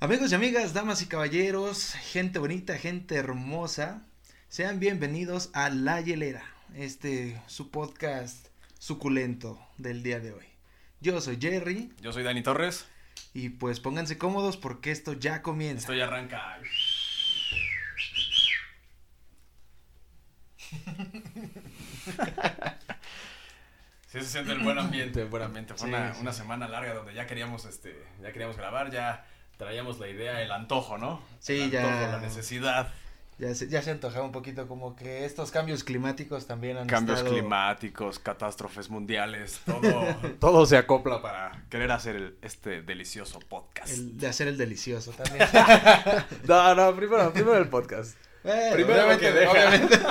Amigos y amigas, damas y caballeros, gente bonita, gente hermosa, sean bienvenidos a La Hielera, este su podcast suculento del día de hoy. Yo soy Jerry Yo soy Dani Torres. y pues pónganse cómodos porque esto ya comienza. Esto ya arranca. Sí se siente el buen ambiente, el buen ambiente. Fue Sí, una, sí. una semana larga donde ya queríamos, este, ya queríamos grabar, ya traíamos la idea, el antojo, ¿no? Sí, el ya. Antojo, la necesidad. Ya se, ya se antojaba un poquito como que estos cambios climáticos también han Cambios estado- climáticos, catástrofes mundiales, todo, todo se acopla para querer hacer el- este delicioso podcast. el- de hacer el delicioso también. No, no, primero, primero el podcast. Bueno, Primero lo que deja. obviamente.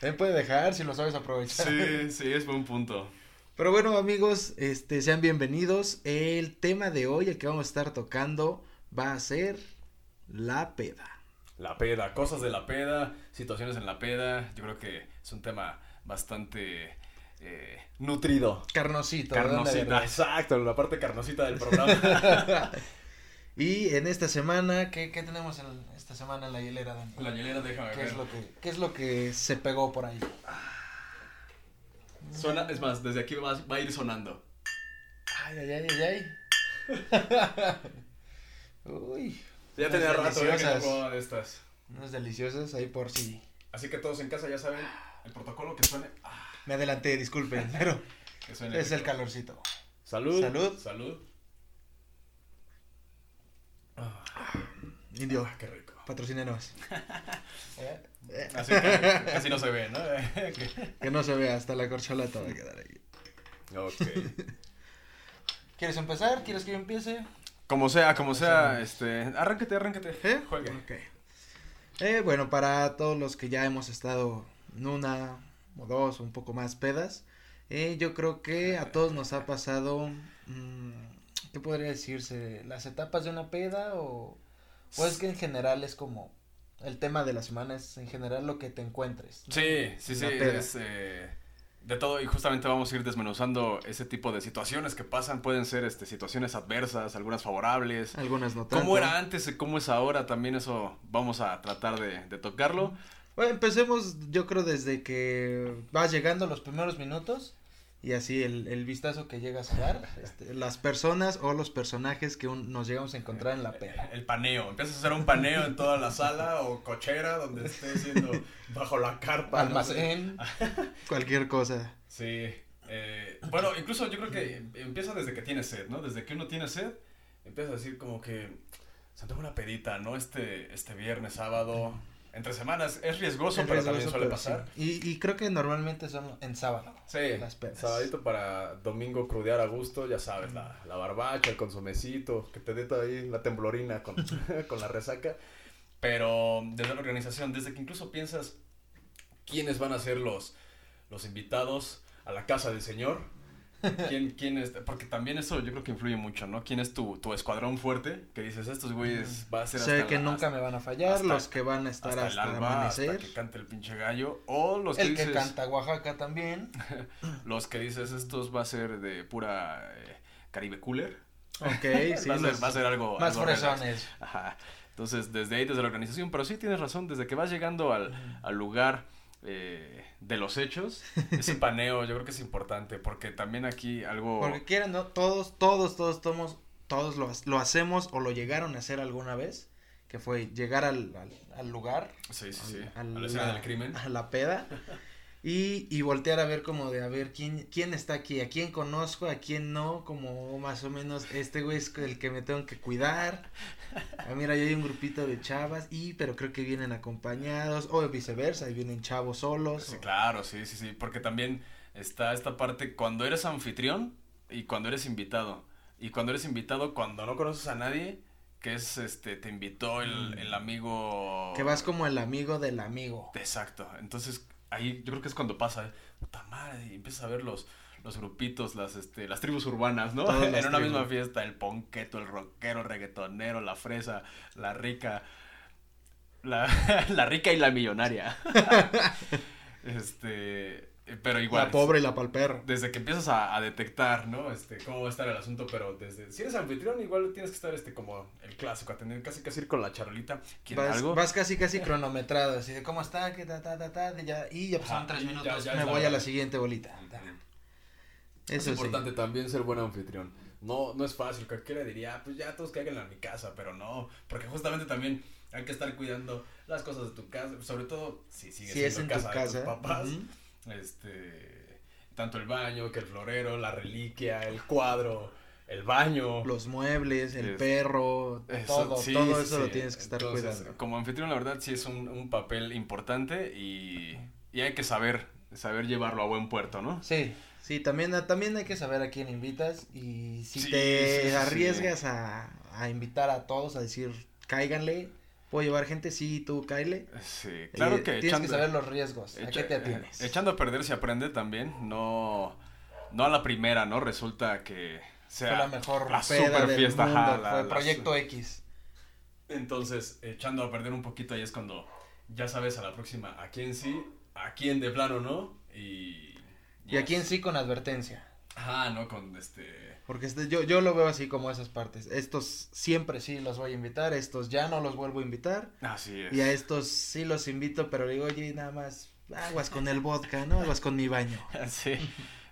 También puede dejar si lo sabes aprovechar. Sí, sí, es buen punto. Pero bueno, amigos, este, sean bienvenidos. El tema de hoy, el que vamos a estar tocando, va a ser la peda. La peda, cosas de la peda, situaciones en la peda. Yo creo que es un tema bastante eh, nutrido. Carnosito. ¿de dónde Carnosita. vergas? Exacto, la parte carnosita del programa. Y en esta semana, ¿qué, qué tenemos en esta semana en la hielera, Dani? la hielera, déjame ¿Qué, ver. es lo que, ¿Qué es lo que se pegó por ahí? Suena, es más, desde aquí va, va a ir sonando. Ay, ay, ay, ay, ay. Uy, Ya Unas tenía rato eh, que no deliciosas. probaba de estas. unas deliciosas ahí por si. Así que todos en casa ya saben el protocolo que suene. ah, Me adelanté, disculpen, pero que suene es el rico. calorcito. Salud. Salud. Salud. Indio, Ah, qué rico. patrocínanos. Eh, eh. Así que casi no se ve, ¿no? Que no se vea, hasta la corcholata va a quedar ahí. ok. ¿Quieres empezar? ¿Quieres que yo empiece? Como sea, como sea, este, arránquete, arránquete. ¿Eh? Juegue. Ok. Eh, bueno, para todos los que ya hemos estado en una o dos o un poco más pedas, eh, yo creo que a todos nos ha pasado, mm, ¿qué podría decirse? ¿Las etapas de una peda o, o es que en general es como el tema de la semana es en general lo que te encuentres? ¿no? Sí, sí, sí, Una peda. es, eh, de todo y justamente vamos a ir desmenuzando ese tipo de situaciones que pasan, pueden ser este, situaciones adversas, algunas favorables. Algunas no tanto. ¿Cómo era antes y cómo es ahora? También eso vamos a tratar de, de tocarlo. Bueno, empecemos, yo creo, desde que vas llegando los primeros minutos y así el, el vistazo que llegas a dar, este, las personas o los personajes que un- nos llegamos a encontrar en la peda. El paneo, empiezas a hacer un paneo en toda la sala o cochera donde esté siendo bajo la carpa. no sé. Almacén, cualquier cosa. Sí. eh, bueno, incluso yo creo que empieza desde que tiene sed, ¿no? Desde que uno tiene sed, empieza a decir como que se antoja una pedita, ¿no? Este, este viernes, sábado, entre semanas. Es riesgoso, Es pero riesgoso, también suele pero pasar. sí. Y, y creo que normalmente son en sábado. Sí, Las pedas. sabadito para domingo crudear a gusto, ya sabes, la, la barbacha con su mesito, que te dé ahí la temblorina con, con la resaca. Pero desde la organización, desde que incluso piensas quiénes van a ser los, los invitados a la casa del señor. ¿Quién, quién es? Porque también eso yo creo que influye mucho, ¿no? ¿Quién es tu, tu escuadrón fuerte? Que dices, estos güeyes va a ser Mm. Sé hasta que la- nunca me van a fallar, hasta- los que van a estar hasta, hasta, el alba, hasta amanecer, que cante el pinche gallo, o los que, el que dices, canta Oaxaca también. los que dices estos va a ser de pura eh, Caribe Cooler, Ok, sí, va, a ser, los va a ser algo más algo relax. fresones. Ajá. Entonces, desde ahí, desde la organización, pero sí tienes razón, desde que vas llegando al, al lugar eh, de los hechos, ese paneo yo creo que es importante, porque también aquí algo... Porque quieran, ¿no? Todos, todos, todos, todos, todos lo, lo hacemos o lo llegaron a hacer alguna vez, que fue llegar al, al- al lugar. Sí, sí, al- sí, a al- la escena del crimen. A la peda. Y, y voltear a ver como de a ver quién, quién está aquí, a quién conozco, a quién no, como más o menos este güey es el que me tengo que cuidar. Ah, mira, ahí hay un grupito de chavas y pero creo que vienen acompañados o viceversa, ahí vienen chavos solos. Sí, o- claro, sí, sí, sí, porque también está esta parte cuando eres anfitrión y cuando eres invitado. Y cuando eres invitado, cuando no conoces a nadie, que es, este, te invitó el, el amigo... Mm. Que vas como el amigo del amigo. Exacto, entonces ahí yo creo que es cuando pasa, ¿eh? puta madre, y empiezas a ver los, los grupitos, las, este, las tribus urbanas, ¿no? Todas en las una tribus. misma fiesta, el ponqueto, el rockero, el reggaetonero, la fresa, la rica, la, la rica y la millonaria. este, eh, pero igual. La pobre y la palper. Desde que empiezas a, a detectar, ¿no? Este, cómo va a estar el asunto, pero desde... Si eres anfitrión, igual tienes que estar, este, como el clásico, a tener casi casi ir con la charolita. ¿Quieren Vas, algo? vas casi casi cronometrado, así de cómo está, que ta ta ta ta, de ya, y ya pasaron Ajá, tres y ya- minutos, ya es me la voy a hora. la siguiente bolita. Ta. Es Eso sí. importante también ser buen anfitrión. No, no es fácil, cualquiera diría, "Ah, pues ya todos caigan a mi casa, pero no, porque justamente también hay que estar cuidando las cosas de tu casa, sobre todo si sigues Si es en siendo tu casa, de casa. tus papás, ujú. este, tanto el baño, que el florero, la reliquia, el cuadro, el baño. Los muebles, el Es- perro, Eso, todo, sí, todo sí, eso lo sí. tienes que estar Entonces, cuidando. Como anfitrión, la verdad, sí es un, un papel importante y, y hay que saber, saber llevarlo a buen puerto, ¿no? Sí, sí, también, también hay que saber a quién invitas y si Sí, te sí, sí, sí. arriesgas A, a invitar a todos, a decir, cáiganle, puedo llevar gente, sí, tú cáile. Sí, claro Eh, que Tienes echando- que saber los riesgos, a echa- qué te atienes. eh, Echando a perder se aprende también, no, no a la primera, ¿no? Resulta que sea fue la mejor la peda super del fiesta, mundo, ajá, la- fue la Proyecto su- X. Entonces, echando a perder un poquito ahí es cuando ya sabes a la próxima a quién sí, a quién de plano no y... Y aquí en sí con advertencia. Ah, no, con este... Porque este- yo, yo lo veo así como esas partes. Estos siempre sí los voy a invitar, estos ya no los vuelvo a invitar. Así es. Y a estos sí los invito, pero le digo, oye, nada más aguas con el vodka, ¿no? Aguas con mi baño. Sí,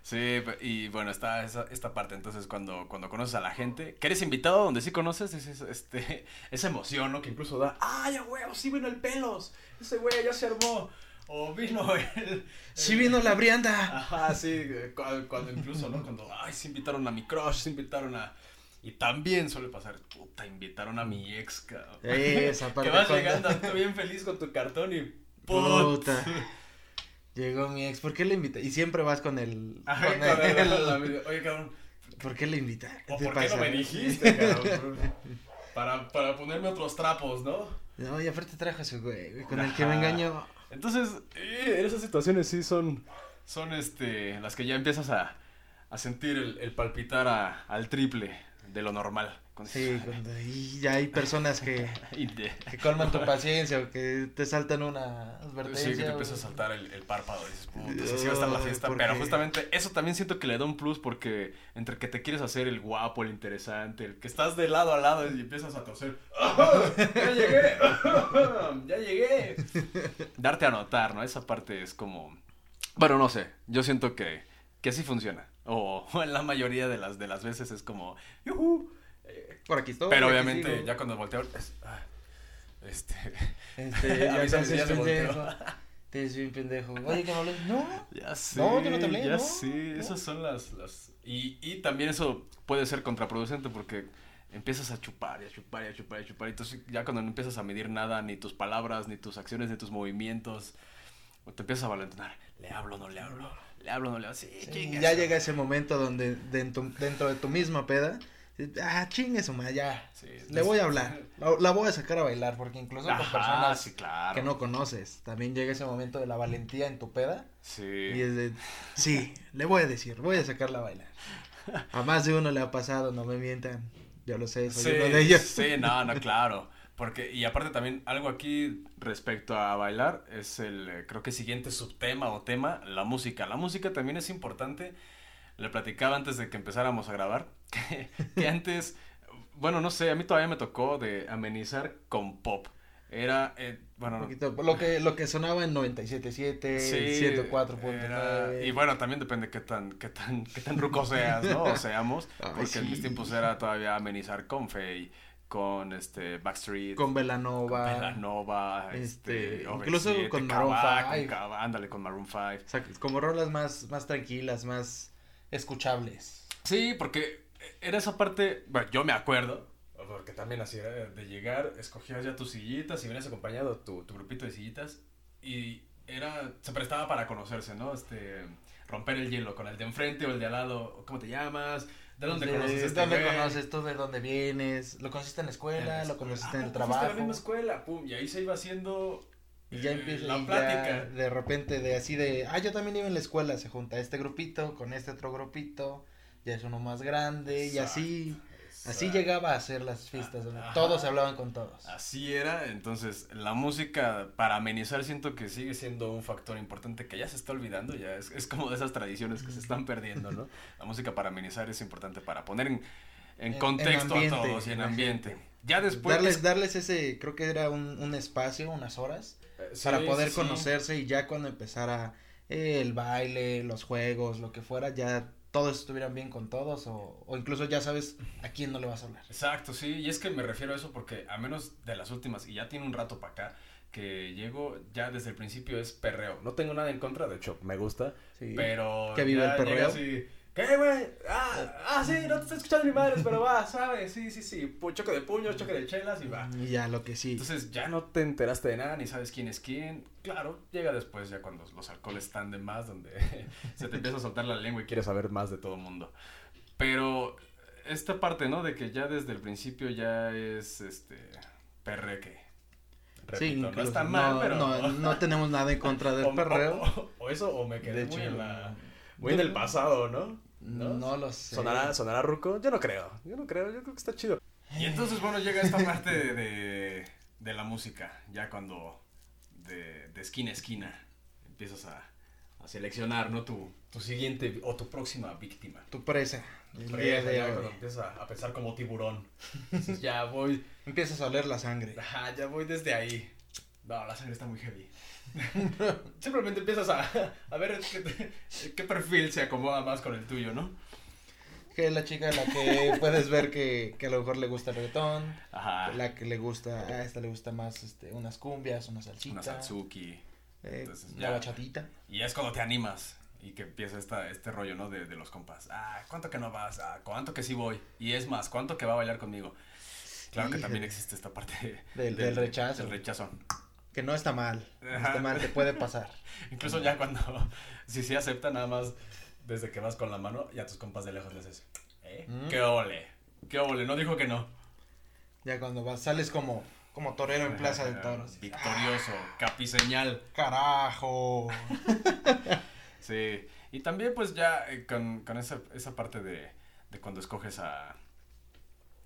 sí, pe- y bueno, está esa- esta parte, entonces, cuando, cuando conoces a la gente, que eres invitado donde sí conoces, es, es- este, esa emoción, ¿no? Que incluso da, ¡ay, a huevo, sí vino el pelos! Ese güey ya se armó, o vino el... Sí el- vino la brianda. Ajá, sí, eh, cu- cuando, incluso, ¿no? Cuando, ¡ay, se invitaron a mi crush, se invitaron a... Y también suele pasar, puta, invitaron a mi ex, cabrón. Esa Que parte. vas cuando- llegando tú bien feliz con tu cartón y... ¡put! Puta. Llegó mi ex, ¿por qué le invité? Y siempre vas con el... Ajá, con con el- el- Oye, cabrón, ¿Por qué le invita? ¿O ¿Te por qué pasa? no me dijiste, cabrón? Para, para ponerme otros trapos, ¿no? No, y aparte trajo a su güey, güey, con el que Ajá. me engañó. Entonces, eh, En esas situaciones sí son... son este las que ya empiezas a, a sentir el, el palpitar a- al triple de lo normal. Con- Sí, cuando... y ya hay personas que... Y de- que colman tu paciencia o que te saltan una advertencia. Sí, que te o- empieza a saltar el, el párpado. y dices, puta, así va a estar la Ay, fiesta. ¿por Pero qué? justamente eso también siento que le da un plus porque entre que te quieres hacer el guapo, el interesante, el que estás de lado a lado y empiezas a torcer. ¡Ya llegué! ¡Ya llegué! Darte a notar, ¿no? Esa parte es como. Bueno, no sé. Yo siento que, que así funciona. O en la mayoría de las, de las veces es como. "Yujú". Eh, Por aquí estoy. Pero aquí obviamente, sigo. ya cuando volteo. es- ah, Este. Este, ya avisas te y ya soy se pendejo. volteó. Te soy un pendejo. Oye, que no hables. No. Ya sé. No, yo no te hablé, Ya no, sé, no. esas son las, las... Y, y también eso puede ser contraproducente porque empiezas a chupar y a chupar y a chupar y a chupar. y Entonces ya cuando no empiezas a medir nada, ni tus palabras, ni tus acciones, ni tus movimientos, o te empiezas a valentonar. Le hablo, no le hablo. Le hablo, no le hablo. Sí, Sí, chingue ya su- llega ese momento donde dentro, dentro de tu misma peda. Ah, chingue su madre, ya. Sí, Le voy a hablar. La, la voy a sacar a bailar porque incluso con Ajá, personas sí, claro. que no conoces. También llega ese momento de la valentía en tu peda. Sí. Y es de, sí, le voy a decir, voy a sacarla a bailar. A más de uno le ha pasado, no me mientan. Yo lo sé, soy Sí, uno de ellos. sí, no, no, claro. Porque, y aparte también algo aquí respecto a bailar es el, eh, creo que siguiente subtema o tema, la música. La música también es importante. Le platicaba antes de que empezáramos a grabar, que, que antes, bueno, no sé, a mí todavía me tocó de amenizar con pop. Era, eh, Un bueno, poquito, lo que, lo que sonaba en 97.7, Sí, 104.9. era- Y bueno, también depende qué tan, qué tan, qué tan ruco seas, ¿no? O seamos. Ay, porque en mis sí. tiempos era todavía amenizar con Faye, con este Backstreet, con con Velanova. Belanova, este, este, Over incluso Siete, con Maroon Cava, con 5. Cava, ándale, con Maroon 5. O sea, como rolas más, más tranquilas, más escuchables. Sí, porque era esa parte, bueno, yo me acuerdo. Porque también así era de llegar, escogías ya tus sillitas y venías acompañado acompañado tu, tu grupito de sillitas y era se prestaba para conocerse, ¿no? Este romper el hielo con el de enfrente o el de al lado, ¿cómo te llamas? ¿De dónde De- conoces a este ¿Dónde güey? conoces tú? ¿De dónde vienes? ¿Lo conociste en la escuela? ¿Lo conociste en el Ah, trabajo? fuiste a la misma escuela, pum, y ahí se iba haciendo Y ya eh, empieza y la ya plática. de repente de así de, ah, yo también iba en la escuela, se junta este grupito con este otro grupito, ya es uno más grande y Exacto. así. Así llegaba a ser las fiestas, donde todos hablaban con todos. Así era, entonces la música para amenizar siento que sigue siendo un factor importante que ya se está olvidando, ya es, es como de esas tradiciones que se están perdiendo, ¿no? La música para amenizar es importante para poner en, en En- contexto en ambiente, a todos y en en ambiente. Ya después... Pues, darles, darles ese, creo que era un, un espacio, unas horas, eh, sí, para poder sí, sí. conocerse y ya cuando empezara eh, el baile, los juegos, lo que fuera, ya todos estuvieran bien con todos o, o incluso ya sabes a quién no le vas a hablar. Exacto, sí, y es que me refiero a eso porque a menos de las últimas, y ya tiene un rato para acá, que llego ya desde el principio es perreo. No tengo nada en contra, de hecho, me gusta, Sí. pero... Que viva ya el llega perreo. así, ¿Qué, güey? Ah, ah, sí, no te está escuchando ni madres, pero va, ¿sabes? Sí, sí, sí, pu- choque de puños, choque de chelas y va. Y ya lo que sí. Entonces ya no te enteraste de nada, ni sabes quién es quién. Claro, llega después ya cuando los alcoholes están de más, donde se te empieza a soltar la lengua y quieres saber más de todo el mundo. Pero esta parte, ¿no? De que ya desde el principio ya es, este, perreque. sí, Repito, no incluso, está mal, no, pero... no, no tenemos nada en contra o- del o- perreo. O, o eso, o me De quedé muy hecho, en la... Muy en el pasado, ¿no? No, ¿no? lo sé. ¿Sonará, ¿Sonará ruco? Yo no creo. Yo no creo. Yo creo que está chido. Y entonces, bueno, llega esta parte de, de, de la música, ya cuando de, de esquina a esquina empiezas a, a seleccionar, ¿no? Tu, tu siguiente o tu próxima víctima. Tu presa. del Pero día ya, de ya hoy. cuando empiezas a, a pensar como tiburón. Dices, ya voy, Empiezas a oler la sangre. ajá, ya voy desde ahí. No, la sangre está muy heavy. Simplemente empiezas a, a ver qué, qué perfil se acomoda más con el tuyo, ¿no? Que es la chica a la que puedes ver que, que a lo mejor le gusta el reggaetón, Ajá. la que le gusta, a esta le gusta más este, unas cumbias, una salsita, Una Satsuki. eh, Entonces, la ya. bachatita. Y es cuando te animas y que empieza esta, este rollo, ¿no? De, de los compas. Ah, ¿cuánto que no vas? Ah, ¿cuánto que sí voy? Y es más, ¿cuánto que va a bailar conmigo? Claro que Híjole. también existe esta parte de- Del- del rechazo. Del rechazo. Que no está mal, no Ajá. está mal, te puede pasar. Incluso ya cuando, si se acepta nada más desde que vas con la mano y a tus compas de lejos le haces, ¿eh? Mm. ¡Qué ole! ¡Qué ole! No dijo que no. Ya cuando vas, sales como, como torero en Plaza del Toro. así, Victorioso, capiseñal. "Ah, ¡Carajo! Sí, y también pues ya eh, con, con esa, esa parte de, de cuando escoges a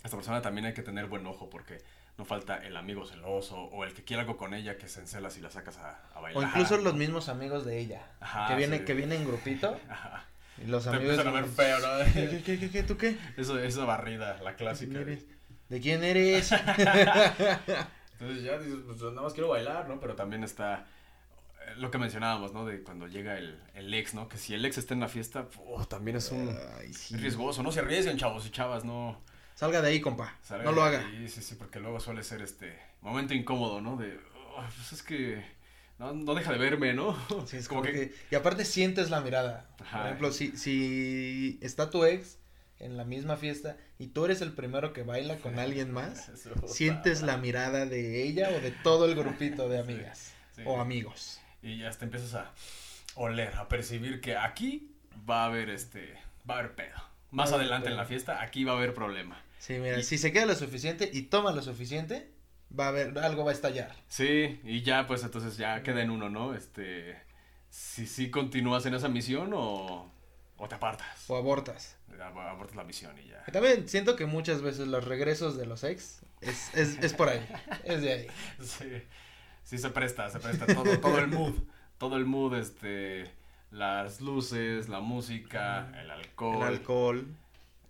a esta persona también hay que tener buen ojo porque no falta el amigo celoso o el que quiere algo con ella que se encela si la sacas a, a O bailar. incluso los mismos amigos de ella, Ajá, que viene, sí. que viene en grupito, Ajá. y los Te amigos... empiezan a ver feo, ¿no? ¿Qué, qué, qué, qué, qué, tú qué? Eso, esa barrida, la clásica. ¿Quién de- eres? ¿De quién eres? Entonces ya dices, pues nada más quiero bailar, ¿no? Pero también está eh, lo que mencionábamos, ¿no? De cuando llega el, el ex, ¿no? Que si el ex está en la fiesta, pu- Oh, también es un... Ay, sí. es riesgoso, no se arriesguen, chavos y chavas, no. Salga de ahí, compa. Salga No de lo haga. ahí, Sí, sí, porque luego suele ser este momento incómodo, ¿no? De, "Oh, pues es que no, no deja de verme, ¿no? Sí, es como, que... Y aparte sientes la mirada. Ajá. Por ejemplo, si, si está tu ex en la misma fiesta y tú eres el primero que baila con alguien más, sientes la mirada de ella o de todo el grupito de amigas Sí. o amigos. Y ya te empiezas a oler, a percibir que aquí va a haber este, va a haber pedo. Más Va a haber adelante en pedo. la fiesta, aquí va a haber problema. Sí, mira, Y- si se queda lo suficiente y toma lo suficiente, va a haber, algo va a estallar. Sí, y ya, pues entonces ya queda en uno, ¿no? Este, si sí continúas en esa misión o, o te apartas. O abortas. Ab- Abortas la misión y ya. Que También siento que muchas veces los regresos de los ex es, es, es por ahí. es de ahí. Sí, sí se presta, se presta todo, todo el mood, todo el mood, este, las luces, la música, el alcohol, El alcohol.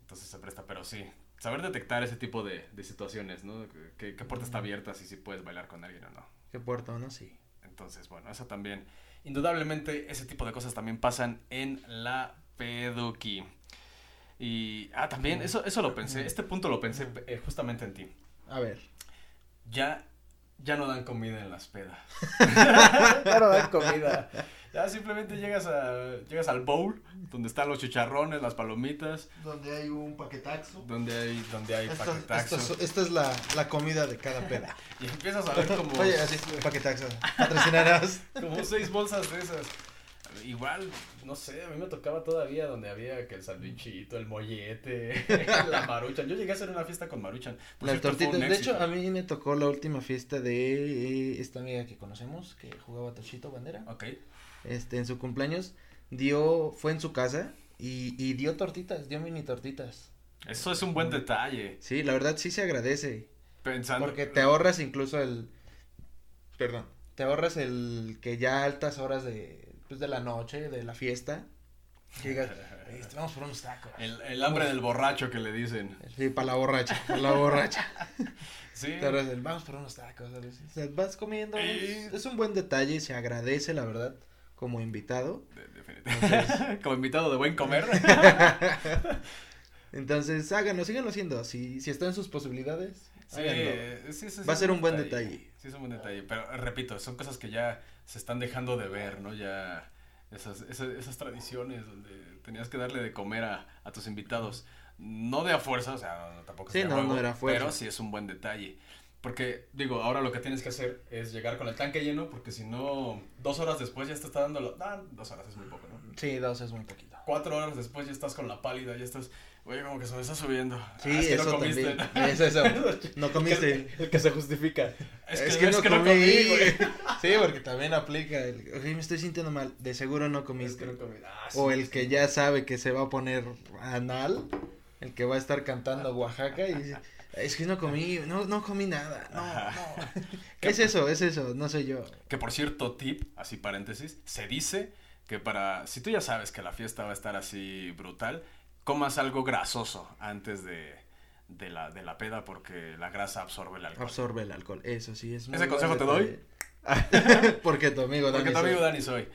entonces se presta, pero sí, saber detectar ese tipo de, de situaciones, ¿no? ¿Qué, qué puerta está abierta, si sí puedes bailar con alguien o no? Qué puerto, ¿no? Sí. Entonces, bueno, eso también, indudablemente, ese tipo de cosas también pasan en la pedoqui. Y, ah, también, eso, eso lo pensé, este punto lo pensé eh, justamente en ti. A ver. Ya, ya no dan comida en las pedas. Claro, dan comida. Ya simplemente llegas a llegas al bowl donde están los chicharrones, las palomitas, Donde hay un paquetaxo. donde hay donde hay Esto- paquetaxo esto es- esta es la, la comida de cada peda. y empiezas a ver como, Oye, así, paquetaxo. Patrocinarás. como seis bolsas de esas. Igual, no sé, a mí me tocaba todavía donde había que el sandwichito, el mollete, la maruchan. Yo llegué a hacer una fiesta con maruchan. Por Las cierto, fue tortitas. un De hecho, éxito. a mí me tocó la última fiesta de eh, esta amiga que conocemos, que jugaba Toshito Bandera. Ok. Este, en su cumpleaños, dio, fue en su casa y, y dio tortitas, dio mini tortitas. Eso es un Mm. buen detalle. Sí, la verdad sí se agradece. Pensando. Porque te ahorras incluso el. Perdón. Te ahorras el que ya altas horas de, pues, de la noche, de la fiesta. Que digas, "Eh, vamos por unos tacos. El, el hambre del borracho que le dicen. Sí, para la borracha, para la borracha. Sí. Te ahorras el, vamos por unos tacos. ¿sabes? O sea, vas comiendo. Es, es un buen detalle, se agradece, la verdad, como invitado. de- definitivamente. Como invitado de buen comer. Entonces, háganlo, síganlo haciendo. Si, si está en sus posibilidades, Sí, háganlo. eh, sí, sí, Va sí a es ser un buen detalle. Sí, es un buen detalle. Pero eh, repito, son cosas que ya se están dejando de ver, ¿no? Ya esas, esas, esas tradiciones donde tenías que darle de comer a, a tus invitados. No de a fuerza, o sea, no- no, tampoco es Sí, de a no, huevo, no era a fuerza. Pero sí es un buen detalle. Porque, digo, ahora lo que tienes que hacer es llegar con el tanque lleno, porque si no, dos horas después ya te está dando la... Ah, dos horas es muy poco, ¿no? Sí, dos es muy poquito. Cuatro horas después ya estás con la pálida, ya estás... Oye, como que se me está subiendo. Sí, Ah, es que no eso comiste, también. ¿no? Eso, eso. No comiste. El que se justifica. Es que, es que no comí, güey. Sí, porque también aplica el, "Oye, me estoy sintiendo mal, de seguro no Es comiste. que no comí. Ah, sí, O el que ya sabe que se va a poner anal, el que va a estar cantando Oaxaca y dice, es que no comí, no, no comí nada, no, no. Es eso, es eso, no soy yo. Que por cierto, tip, así paréntesis, se dice que para, si tú ya sabes que la fiesta va a estar así brutal, comas algo grasoso antes de, de, la, de la peda porque la grasa absorbe el alcohol. Absorbe el alcohol, eso sí es muy ¿Ese consejo te buen detalle. porque tu amigo porque Dani tu soy. amigo Dani soy.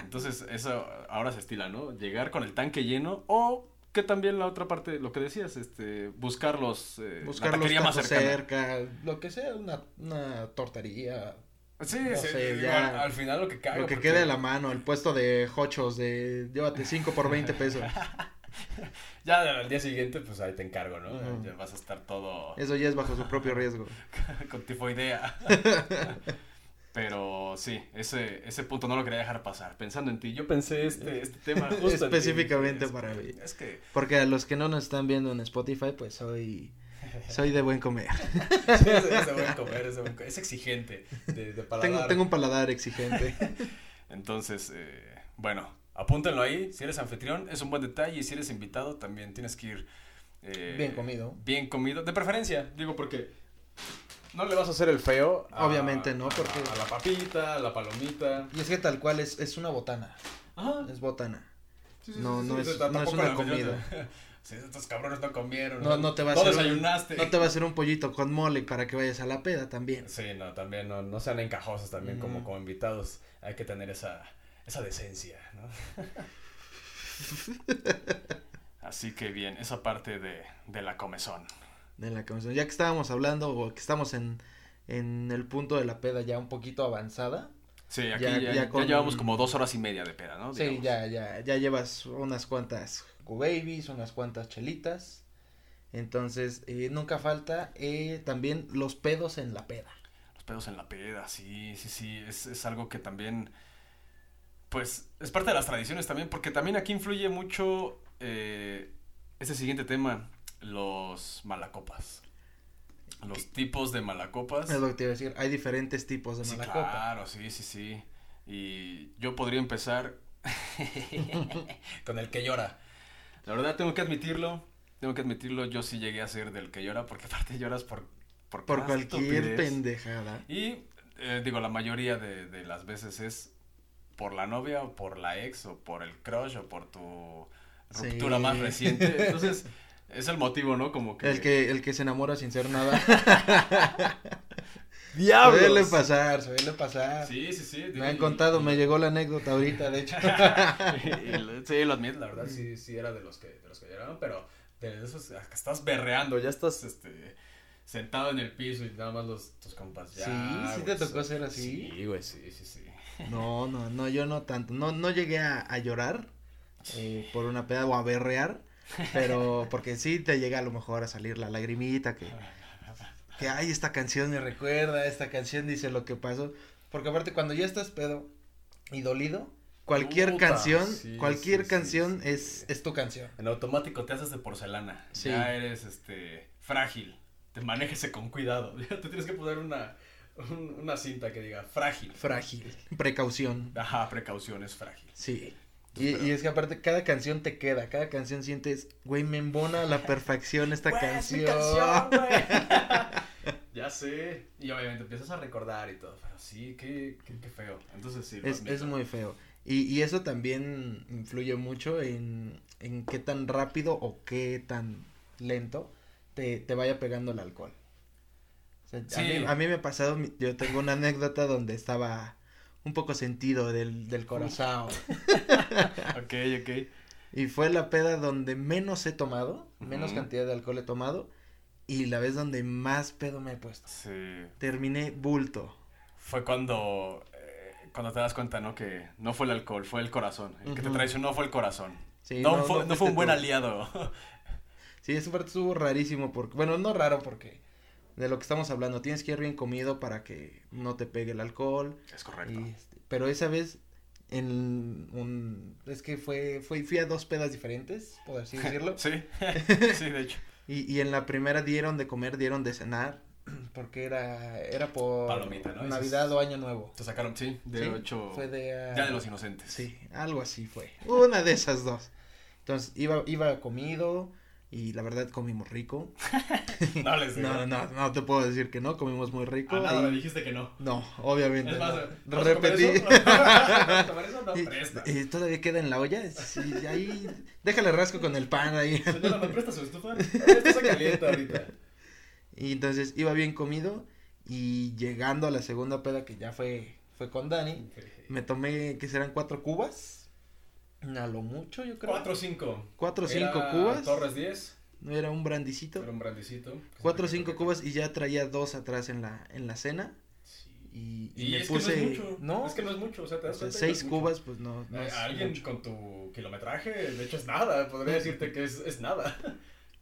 Entonces, eso ahora se estila, ¿no? Llegar con el tanque lleno o que también la otra parte, lo que decías, este, buscar los, eh, Buscar la los taquería más tacos cercana. cerca, lo que sea, una, una tortería, Sí, No sí, sé, digo, ya. al, al final lo que caga. Lo que porque- quede a la mano, el puesto de hochos de llévate 5 por 20 pesos. Ya al día siguiente, pues ahí te encargo, ¿no? Ujú. Ya vas a estar todo... Eso ya es bajo su propio riesgo. con tifoidea. Pero sí, ese, ese punto no lo quería dejar pasar. Pensando en ti, yo pensé este, este tema justo en ti. Específicamente Es- para mí. Es que Porque a los que no nos están viendo en Spotify, pues soy soy de buen comer. es, es de buen comer, es, de buen co- es exigente de, de paladar. Tengo, tengo un paladar exigente. Entonces, eh, bueno, apúntenlo ahí. Si eres anfitrión, es un buen detalle. Y si eres invitado, también tienes que ir... eh, Bien comido. Bien comido, de preferencia, digo, porque no le vas a hacer el feo. a- Obviamente no, porque- A, la papita, a la palomita. Y es que tal cual es, es una botana. Ajá, Es botana. Sí, sí, No, sí, no sí, es- o sea, no es tampoco una la comida. mayoría- Sí, estos cabrones no comieron. No, no te va a No hacer un- desayunaste. No te va a hacer un pollito con mole para que vayas a la peda también. Sí, no, también no, no sean encajosos también como, Mm. como invitados. Hay que tener esa, esa decencia, ¿no? Así que bien, esa parte de, de la comezón. de la comisión. Ya que estábamos hablando o que estamos en, en el punto de la peda ya un poquito avanzada. Sí, aquí Ya- ya, ya ya con- llevamos como dos horas y media de peda, ¿no? Sí, Digamos. ya, ya, ya llevas unas cuantas Q-Babies, unas cuantas chelitas. Entonces, eh, nunca falta eh, también los pedos en la peda. Los pedos en la peda, sí, sí, sí. Es, es algo que también, pues, es parte de las tradiciones también, porque también aquí influye mucho eh, este siguiente tema, los malacopas. Los tipos de malacopas. Es lo que te iba a decir, hay diferentes tipos de Ah, Sí, mala copa. claro, sí, sí, sí. Y yo podría empezar con el que llora. La verdad, tengo que admitirlo. Tengo que admitirlo, yo sí llegué a ser del que llora, porque aparte lloras por... Por, Por cada cualquier Ah, estupidez. pendejada. Y eh, digo, la mayoría de, de las veces es por la novia o por la ex o por el crush o por tu Sí. ruptura más reciente. Entonces, es el motivo, ¿no? Como que... El que, el que se enamora sin ser nada. ¡Diablos! suele pasar, suele pasar. Sí, sí, sí. digo, me han y- contado, me llegó la anécdota ahorita, de hecho. y lo- sí, lo admito, la verdad, sí, sí era de los que, de los que lloraron, pero de esos ah, que estás berreando, ya estás, este, sentado en el piso y nada más los, tus compas. Ya, Sí, sí te güey, tocó sí. ser así. Sí, güey, sí, sí, sí. No, no, no, yo no tanto. No, no llegué a, a llorar eh, por una peda o a berrear, pero porque sí te llega a lo mejor a salir la lagrimita que, que ay, esta canción me recuerda, esta canción dice lo que pasó. Porque aparte cuando ya estás pedo y dolido, cualquier Puta, canción, sí, cualquier sí, sí, canción sí. es, es tu canción. En automático te haces de porcelana. Sí. Ya eres este frágil. Te manéjese con cuidado. Ya te tienes que poner una, un- una cinta que diga frágil. Frágil, precaución, Ajá, precaución es frágil. sí. Y, y es que aparte cada canción te queda, cada canción sientes, güey, me embona a la perfección esta Güey, es mi canción. canción, güey. ya sé. Y obviamente empiezas a recordar y todo. Pero sí, qué, qué, qué feo. Entonces sí. lo Es, es admito. muy feo. Y, y eso también influye mucho en, en qué tan rápido o qué tan lento te, te vaya pegando el alcohol. O sea, a, Sí. mí, a mí me ha pasado, mi- yo tengo una anécdota donde estaba un poco sentido del, del corazón. Ok, ok. Y fue la peda donde menos he tomado, menos Ujú. cantidad de alcohol he tomado y la vez donde más pedo me he puesto. Sí. Terminé bulto. Fue cuando, eh, cuando te das cuenta, ¿no? Que no fue el alcohol, fue el corazón. El que te Ujú. traicionó fue el corazón. Sí, no, no, fue, no no fue fuiste un buen tú. aliado. Sí, esa parte estuvo rarísimo porque, bueno, no raro porque de lo que estamos hablando, tienes que ir bien comido para que no te pegue el alcohol. es correcto. y, este, pero esa vez en un es que fue fue fui a dos pedas diferentes, por así decirlo. Sí, sí, de hecho. y, y en la primera dieron de comer, dieron de cenar porque era era por Palomita, ¿no? Navidad Esas- o Año Nuevo. Te sacaron, sí, de Sí, ocho. Fue de, ah, Ya de los inocentes. Sí, algo así fue. Una de esas dos. Entonces iba, iba comido y la verdad comimos rico. No les digo. No, no, no, no te puedo decir que no, comimos muy rico. A Ah, nada ahí- le dijiste que no. No, obviamente. Es más, no. ¿vas a comer Repetí. eso? ¿Vas a comer eso? No, presta. Y- y ¿Todavía queda en la olla? Sí, ahí. Déjale rasco con el pan ahí. Pues Señora, ¿me presta su estufa? Estás caliente ahorita. Y entonces iba bien comido y llegando a la segunda peda que ya fue, fue con Dani, me tomé, que serán cuatro cubas. A lo mucho, yo creo. 4 o 5. Cuatro o cinco cubas. Torres 10. No era un brandicito. Era un brandicito. pues, Cuatro o cinco cubas y ya traía dos atrás en la, en la cena. Sí. Y, y Y, me es puse. que no es mucho. No, Es que no es mucho. O sea, te o das sea, cuenta que no seis es mucho. cubas, pues no. no Eh, es Alguien mucho. con tu kilometraje, de hecho es nada, podría decirte que es, es nada.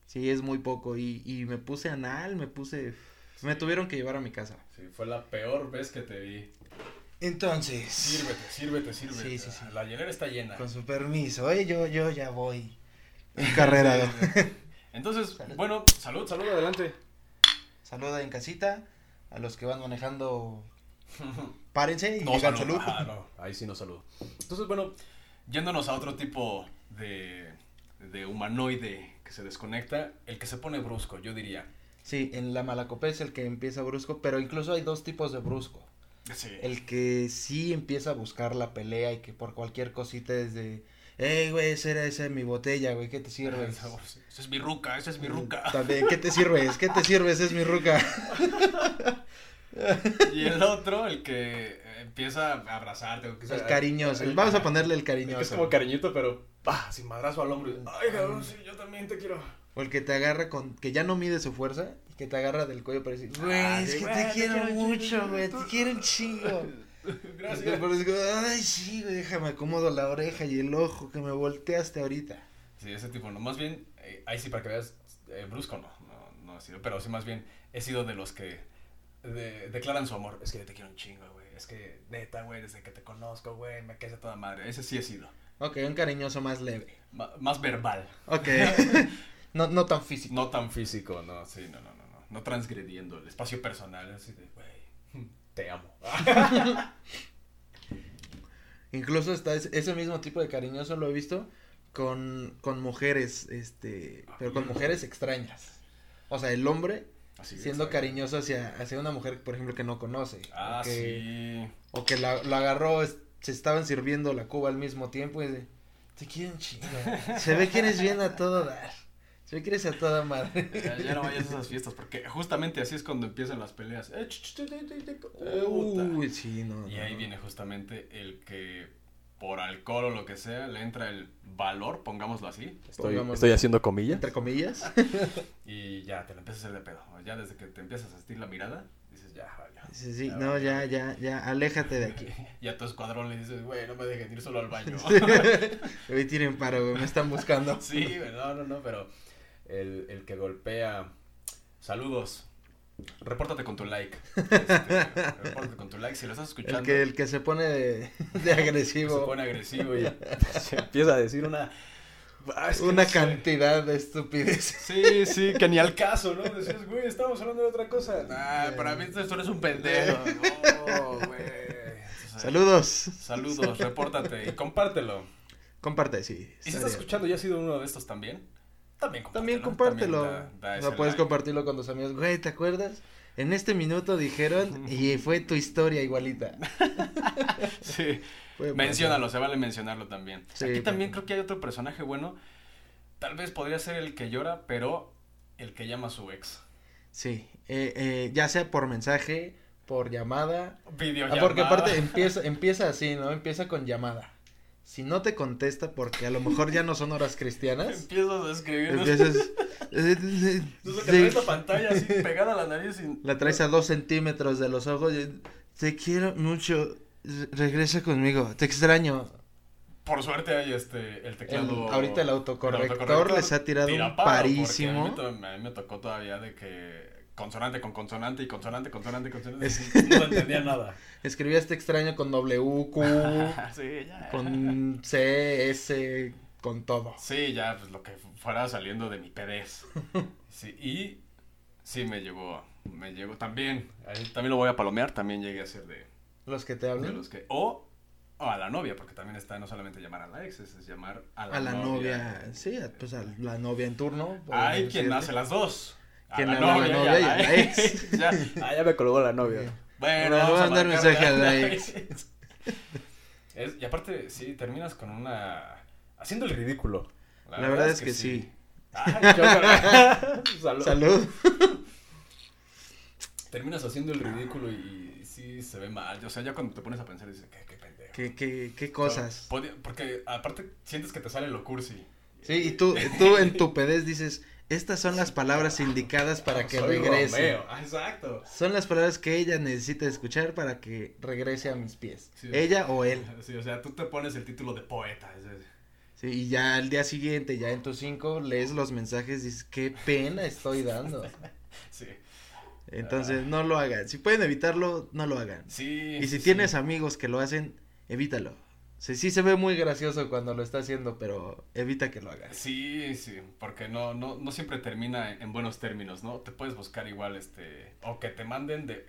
Sí, es muy poco. Y, y me puse anal, me puse. Me tuvieron que llevar a mi casa. Sí, fue la peor vez que te vi. Entonces. Sírvete, sírvete, sírvete. Sí, sí, sí. La hielera está llena. Con su permiso, ¿eh? Yo, yo ya voy. Encarrerado. Entonces, bueno, salud, salud, adelante. Saluda en casita. A los que van manejando. Párense y No, digan salud. salud. Ah, no, ahí sí no saludo. Entonces, bueno, yéndonos a otro tipo de, de humanoide que se desconecta, el que se pone brusco, yo diría. Sí, en la malacopé es el que empieza brusco, pero incluso hay dos tipos de brusco. Sí. El que sí empieza a buscar la pelea y que por cualquier cosita es de, hey, güey, esa era esa de mi botella, güey, ¿qué te sirves? pues, Esa es mi ruca, esa es Mm. mi ruca. También, ¿qué te sirves? ¿Qué te sirves? Es mi ruca. Y el otro, el que empieza a abrazarte. o que sea- El cariñoso. el- Vamos a ponerle el cariñoso. Es como cariñito, pero pa, sin madrazo al hombro. Ay, cabrón, sí, yo también te quiero. O el que te agarra con, que ya no mide su fuerza y que te agarra del cuello para decir, güey, es sí, que Ah, güey, te te quiero quiero mucho, chingo, güey, te tú- quiero un chingo. Gracias. Pero es como, ay, sí, güey, déjame acomodo la oreja y el ojo que me volteaste ahorita. Sí, ese tipo, no. Más bien, eh, ahí sí, para que veas, eh, brusco no, no, no he sido, pero sí, más bien, he sido de los que de- declaran su amor. Es que yo te quiero un chingo, güey. Es que, neta, güey, desde que te conozco, güey, me caes a toda madre. Ese sí he sido. Ok, un cariñoso más leve. Ma- más verbal. Ok. no, no tan físico. No tan físico, no, sí, no, no, no. No, no transgrediendo el espacio personal, así de, güey, te amo. Incluso está es- ese mismo tipo de cariñoso lo he visto con, con mujeres, este, pero con mujeres extrañas. O sea, el hombre Así siendo es. cariñoso hacia, hacia una mujer, por ejemplo, que no conoce. Ah, o que, sí. O que la, la agarró, es- se estaban sirviendo la cuba al mismo tiempo y de, te quieren chingar. Se ve que eres bien a todo dar. Se ve que eres a toda madre. Ya, ya no vayas a esas fiestas, porque justamente así es cuando empiezan las peleas. Eh, ch, ch, ch, ch, ch, ch, puta. Uy, sí, no. Y no, ahí no. viene justamente el que por alcohol o lo que sea le entra el valor, pongámoslo así, Estoy, Pongamos- estoy haciendo comillas. Entre comillas. y ya te lo empiezas a hacer de pedo. O Ya desde que te empiezas a sentir la mirada, dices, ya, valió. Sí, sí, no, ya, ya, ya, aléjate de aquí. Y a tu escuadrón le dices, güey, no me dejes ir solo al baño. Hoy tiren paro, güey, me están buscando. sí, güey, no, no, no, pero el, el que golpea, saludos. Repórtate con tu like. Este, repórtate con tu like. Si lo estás escuchando, El que, el que se pone de, de que se agresivo. pone agresivo y Se empieza a decir una. Ah, es que Una no sé. cantidad de estupidez. Sí, sí, que ni al caso. Caso, ¿no? Decías, güey, estamos hablando de otra cosa. Ah, para mí tú eres un pendejo. No, güey. Entonces, Saludos. Saludos, repórtate y compártelo. Comparte, sí. Y si estaría- estás escuchando y has sido uno de estos también, también compártelo. También compártelo. También da- da o ese sea, puedes like. compartirlo con tus amigos. Güey, ¿te acuerdas? En este minuto dijeron y fue tu historia igualita. Sí. Puede pasar. Menciónalo, se vale mencionarlo también. Sí, Aquí también también. creo que hay otro personaje bueno. Tal vez podría ser el que llora, pero el que llama a su ex. Sí, eh, eh, ya sea por mensaje, por llamada. Ah, Videollamada. porque aparte empieza, empieza así, ¿no? Empieza con llamada. Si no te contesta porque a lo mejor ya no son horas cristianas, Empiezas a escribir. ¿no? empiezas... Entonces, lo que traes la pantalla así pegada a la nariz. y- La traes a dos centímetros de los ojos. y, Te quiero mucho. re- Regresa conmigo. Te extraño. Por suerte hay este, el teclado. El- ahorita el autocorrector les ha tirado tira un paro, porque parísimo. A mí, to- a mí me tocó todavía de que consonante con consonante y consonante, consonante, consonante. Es- No entendía nada. Escribías te este extraño con W, Q, sí, ya. con C, S, con todo. Sí, ya, pues lo que fuera saliendo de mi pedez. Sí, y sí me llegó, me llegó también. ahí también lo voy a palomear, también llegué a ser de, Los que te de hablan. los que... O, o a la novia, porque también está no solamente llamar a la ex, es, es llamar a la, A la novia. novia. Sí, a- pues a la novia en turno. por Hay decirte. quien hace las dos. A Quien la habla a novia, la y a la ex. ya. Ah, ya me colgó la novia. Bueno, Le voy a vamos mandar marcarle mensaje a la ex. Es- y aparte, sí, terminas con una... Haciendo el ridículo. La, verdad es que, sí. Ay, yo- Salud. Salud. terminas haciendo el ridículo y, y sí se ve mal. O sea, ya cuando te pones a pensar dices, qué, qué pendejo. ¿Qué, qué, qué cosas? Podía- Porque aparte sientes que te sale lo cursi. Eh, Sí, y tú, tú en tu pedez dices, estas son las palabras indicadas para que Pues Soy regrese. Romeo. Ah, exacto. Son las palabras que ella necesita escuchar para que regrese a mis pies. Sí. Ella o él. Sí, o sea, tú te pones el título de poeta. es decir, Sí, y ya al día siguiente, ya en tus cinco, lees los mensajes y dices, qué pena estoy dando. Sí. Entonces, no lo hagan. Si pueden evitarlo, no lo hagan. Sí. Y si sí. tienes amigos que lo hacen, evítalo. Sí, sí se ve muy gracioso cuando lo está haciendo, pero evita que lo hagas. Sí, sí, porque no, no, no siempre termina en buenos términos, ¿no? Te puedes buscar igual, este, o que te manden de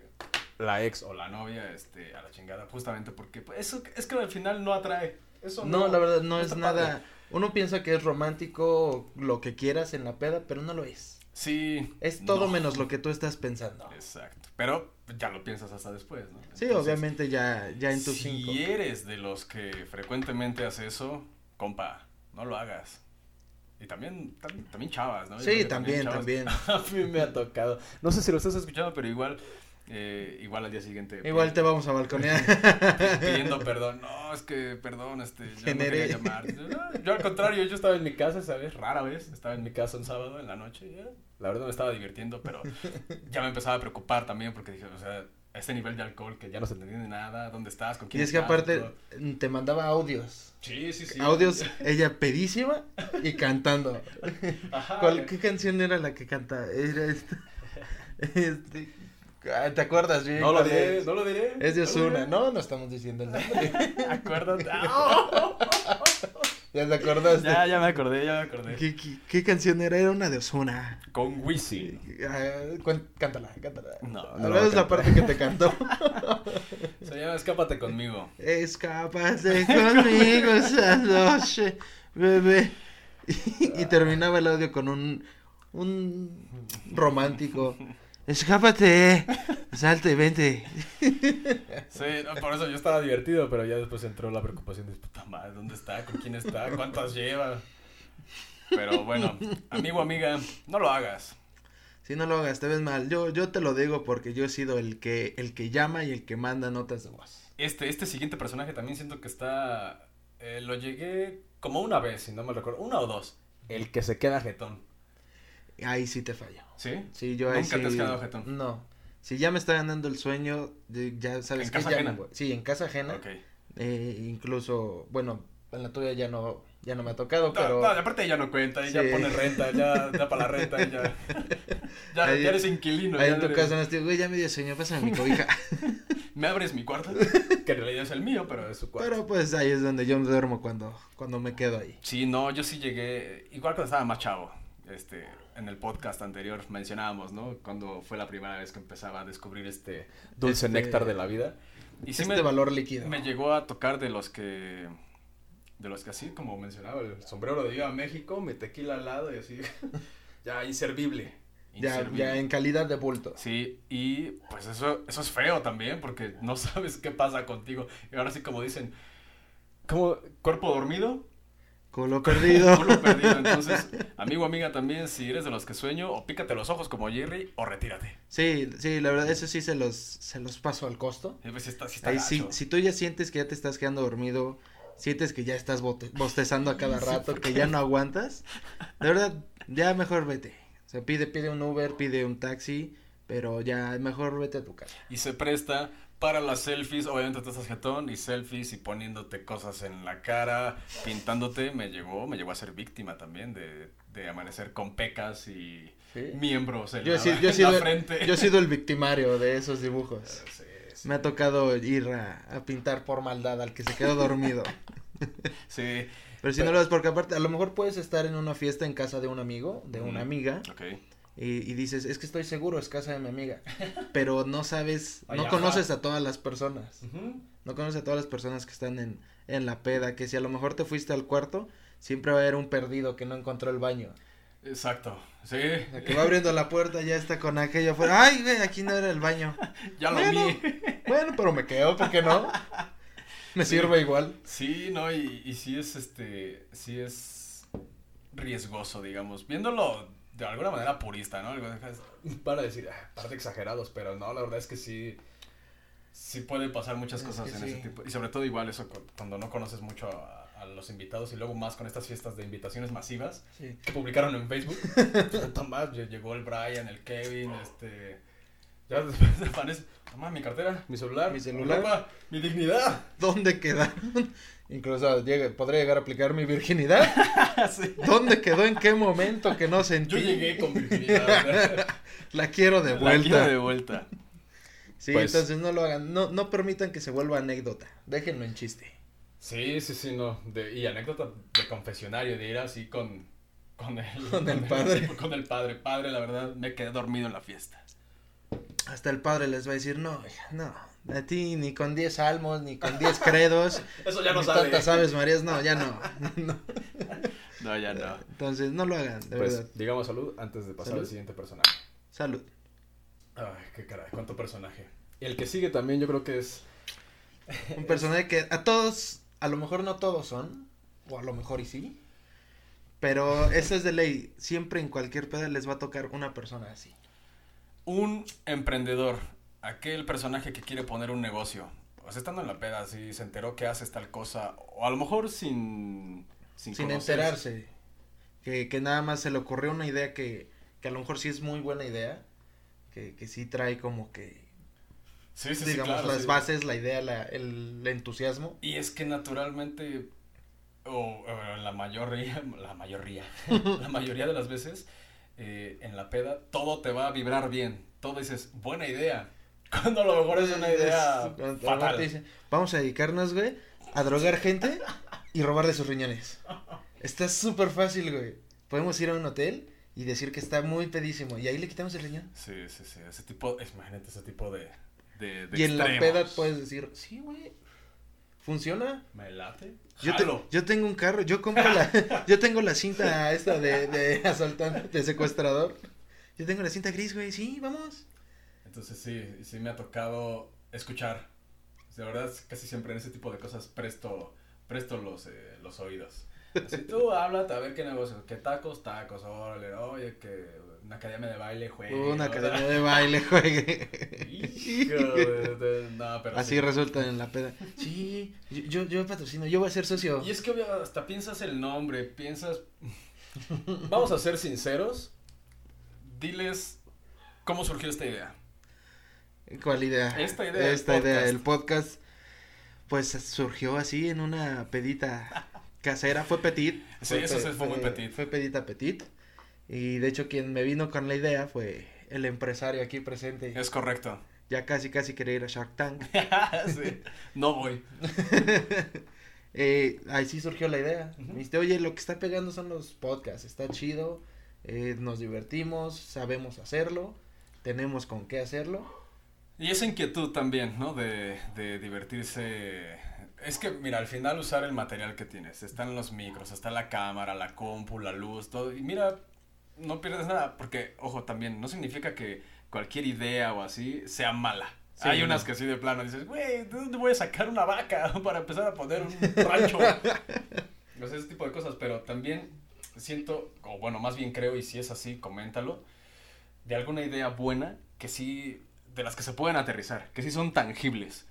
La ex. o la novia, este, a la chingada, justamente porque pues, eso es que al final no atrae. Eso No, la verdad, no es está nada. padre. Uno piensa que es romántico o lo que quieras en la peda, pero no lo es. Sí. Es todo no. menos lo que tú estás pensando. Exacto. Pero ya lo piensas hasta después, Sí, ¿no? Entonces, eh, obviamente ya, ya en tus si cinco. eres de los que frecuentemente hace eso, compa, no lo hagas. Y también, tam- también chavas, ¿no? Yo creo Sí, que también, chavas- también. A mí me ha tocado. No sé si lo estás escuchando, pero igual, eh, igual al día siguiente. Igual te pidiendo- vamos a balconear. Pidiendo perdón. No, es que, perdón, este, yo no Generé. quería llamar. Yo, "No, yo al contrario, yo estaba en mi casa, ¿sabes? Rara vez, estaba en mi casa un sábado en la noche, ya. La verdad me estaba divirtiendo, pero ya me empezaba a preocupar también porque dije, o sea, a este nivel de alcohol que ya no se entendía de nada, ¿dónde estás? ¿Con y quién es que estás? aparte Todo. te mandaba audios. Sí, sí, sí. Audios, ella pedísima y cantando. Ajá. ¿Cuál, ¿Qué canción era la que canta? Era esta. Este, ah, ¿Te acuerdas bien? No lo cuál diré, es? no lo diré. Es de no lo Osuna, diré. no, no estamos diciendo el nombre. Acuérdate. ¡Ah! ¿Ya te acordaste? ya, ya me acordé, ya me acordé. ¿Qué, qué, qué canción era? Era una de Osuna. Ah, Con Wisin. cántala, cántala. No, no Tal la voy vez a es la cantar. parte que te cantó. Se llama Escápate conmigo. Escápate conmigo esa noche, bebé. Y, y terminaba el audio con un, un romántico. Escápate, salte, vente. Sí, no, por eso yo estaba divertido, pero ya después entró la preocupación de puta madre, ¿dónde está? ¿Con quién está? ¿Cuántas lleva? Pero bueno, amigo, amiga, no lo hagas. Si no lo hagas, te ves mal. Yo, yo te lo digo porque yo he sido el que, el que llama y el que manda notas de voz. Este, este siguiente personaje también siento que está... eh, lo llegué como una vez, si no me recuerdo. Una o dos. El que se queda jetón. Jetón. Ahí sí te fallo. ¿Sí? Sí, yo ahí ¿Nunca te has sí- quedado jetón? No. Si ya me está ganando el sueño, de- ya sabes ¿En que casa ya ajena? me voy. Sí, en casa ajena. Ok. Eh, incluso, bueno, en la tuya ya no, ya no me ha tocado, No, pero no, aparte ella no cuenta, ella Sí. pone renta, ya da para la renta, ella. ya, Ahí- ya eres inquilino. ahí ya en tu eres- casa no estoy, güey, ya me dio sueño, pásame mi cobija. Me abres mi cuarto, que en realidad es el mío, pero es su cuarto. pero pues ahí es donde yo me duermo cuando, cuando me quedo ahí. Sí, no, yo sí llegué, igual cuando estaba más chavo, este, en el podcast anterior mencionábamos, ¿no? Cuando fue la primera vez que empezaba a descubrir este dulce Este- néctar de la vida. Y sí este me, valor líquido. me llegó a tocar de los que de los que así, como mencionaba, el sombrero de Viva México, mi tequila al lado y así, ya inservible. Ya, inservible. ya en calidad de bulto. Sí, y pues eso, eso es feo también, porque no sabes qué pasa contigo. Y ahora sí, como dicen, como cuerpo dormido, Colo perdido. culo perdido. Entonces, amigo, amiga, también, si eres de los que sueño, o pícate los ojos como Jerry, o retírate. Sí, sí, la verdad, eso sí se los, se los paso al costo. Y pues, sí está, sí está Ahí sí, gacho. si tú ya sientes que ya te estás quedando dormido, sientes que ya estás bote- bostezando a cada rato, que ya no aguantas, de verdad, ya mejor vete. O sea, pide, pide un Uber, pide un taxi, pero ya mejor vete a tu casa. Y se presta para las selfies, obviamente tú estás jetón, y selfies y poniéndote cosas en la cara, pintándote, me llegó, me llegó a ser víctima también de, de amanecer con pecas y miembros en, Yo la, he, sido, yo, he en la sido, frente. yo he sido el victimario de esos dibujos. Sí, sí. Me ha tocado ir a, a pintar por maldad al que se quedó dormido. Sí, Pero si no lo ves, porque aparte, a lo mejor puedes estar en una fiesta en casa de un amigo, de una Mm. amiga, ok. y, y dices, es que estoy seguro, es casa de mi amiga. Pero no sabes, Ay, no ajá. conoces a todas las personas. Ujú. No conoces a todas las personas que están en, en la peda, que si a lo mejor te fuiste al cuarto, siempre va a haber un perdido que no encontró el baño. Exacto, sí, O sea, que va abriendo la puerta, ya está con aquello afuera. Ay, güey, aquí no era el baño. ya lo bueno, vi. Bueno, pero me quedo, ¿por qué no? Me Sí. sirve igual. Sí, no, y, y sí es este, sí es riesgoso, digamos, viéndolo de alguna manera purista, ¿no? Algo de- Van a decir, "Ah, par de exagerados, pero no, la verdad es que sí. Sí pueden pasar muchas Es cosas que en sí. ese tipo. Y sobre todo igual eso cu- cuando no conoces mucho a, a los invitados y luego más con estas fiestas de invitaciones masivas Sí. que publicaron en Facebook. Pues, Puta madre, llegó el Brian, el Kevin, este... Ya después aparece, mamá, mi cartera, mi celular, Mi celular. ropa, mi dignidad. ¿Dónde quedaron? Incluso llega, podría llegar a aplicar mi virginidad. Sí. ¿Dónde quedó? ¿En qué momento que no sentí? Yo llegué con virginidad. La quiero de La vuelta. quiero de vuelta. Sí, Pues- entonces no lo hagan, no, no permitan que se vuelva anécdota, déjenlo en chiste. Sí, sí, sí, no. De- y anécdota de confesionario, de ir así con, con el, Con el padre. Con el padre. Padre, la verdad, me quedé dormido en la fiesta. Hasta el padre les va a decir, no, hija, no, a ti ni con 10 salmos, ni con 10 credos, Eso ya no ni sabe. tantas aves marías, no, ya no. no. No, ya no. Entonces no lo hagan, de verdad. Pues digamos salud antes de pasar Salud. al siguiente personaje. Salud. Ay, qué caray, cuánto personaje. Y el que sigue también, yo creo que es. Un personaje que a todos, a lo mejor no todos son, o a lo mejor y sí, pero eso es de ley, siempre en cualquier peda les va a tocar una persona así. Un emprendedor. Aquel personaje que quiere poner un negocio. O sea, estando en la peda, si se enteró que haces tal cosa. O a lo mejor sin. Sin, sin conocer. enterarse. Que, que nada más se le ocurrió una idea que, que a lo mejor sí es muy buena idea, que, que sí trae como que, Sí, sí, sí, digamos, claro, las sí. bases, la idea, la, el entusiasmo. Y es que naturalmente, o, o la mayoría, la mayoría, la mayoría de las veces, eh, en la peda, todo te va a vibrar bien. Todo dices, buena idea. Cuando a lo mejor es una idea Es- cuando- fatal. te dicen, Vamos a dedicarnos, güey, a drogar gente y robar de sus riñones. Está súper fácil, güey. Podemos ir a un hotel y decir que está muy pedísimo y ahí le quitamos el riñón. Sí, sí, sí. Ese tipo, es- imagínate ese tipo de. de, de Y en la extremos. peda pues, puedes decir, sí, güey, funciona. Me late. Yo, te- Jalo. yo tengo un carro, yo compro la, yo tengo la cinta esta de, de asaltante, de secuestrador. Yo tengo la cinta gris, güey, sí, vamos. Entonces sí, sí me ha tocado escuchar. De verdad, casi siempre en ese tipo de cosas presto, presto los, eh, los oídos. Así tú háblate a ver qué negocio, qué tacos, tacos, órale, oye, que una academia de baile, juegue. Una ¿no? academia de baile, juegue. Hijo de- de- no, pero Así sí. resulta en la peda. Sí, yo, yo, yo patrocino, yo voy a ser socio. Y es que obvio, hasta piensas el nombre, piensas, Vamos a ser sinceros. diles cómo surgió esta idea. ¿Cuál idea? Esta idea, el Esta idea, podcast. el podcast, pues surgió así en una pedita casera, fue petit. Sí, eso sí fue muy petit. Fue pedita petit. Y de hecho quien me vino con la idea fue el empresario aquí presente. Es correcto. Ya casi, casi quería ir a Shark Tank. Sí. No voy. Eh, ahí sí surgió la idea. Ujú. Me dijiste, oye, lo que está pegando son los podcasts, está chido, eh, nos divertimos, sabemos hacerlo, tenemos con qué hacerlo. Y esa inquietud también, ¿no? De, de divertirse Es que, mira, al final usar el material que tienes. Están los micros, está la cámara, la compu, la luz, todo. Y mira, no pierdes nada. Porque, ojo, también, no significa que cualquier idea o así sea mala. Sí, Hay no. unas que así de plano dices, güey, ¿de dónde voy a sacar una vaca para empezar a poner un rancho? no sé, ese tipo de cosas, pero también siento, o bueno, más bien creo, y si es así, coméntalo, de alguna idea buena que sí, de las que se pueden aterrizar, que sí son tangibles,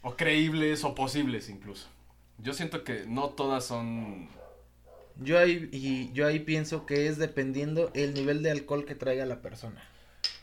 o creíbles, o posibles incluso. Yo siento que no todas son... Yo ahí, y yo ahí pienso que es dependiendo el nivel de alcohol que traiga la persona.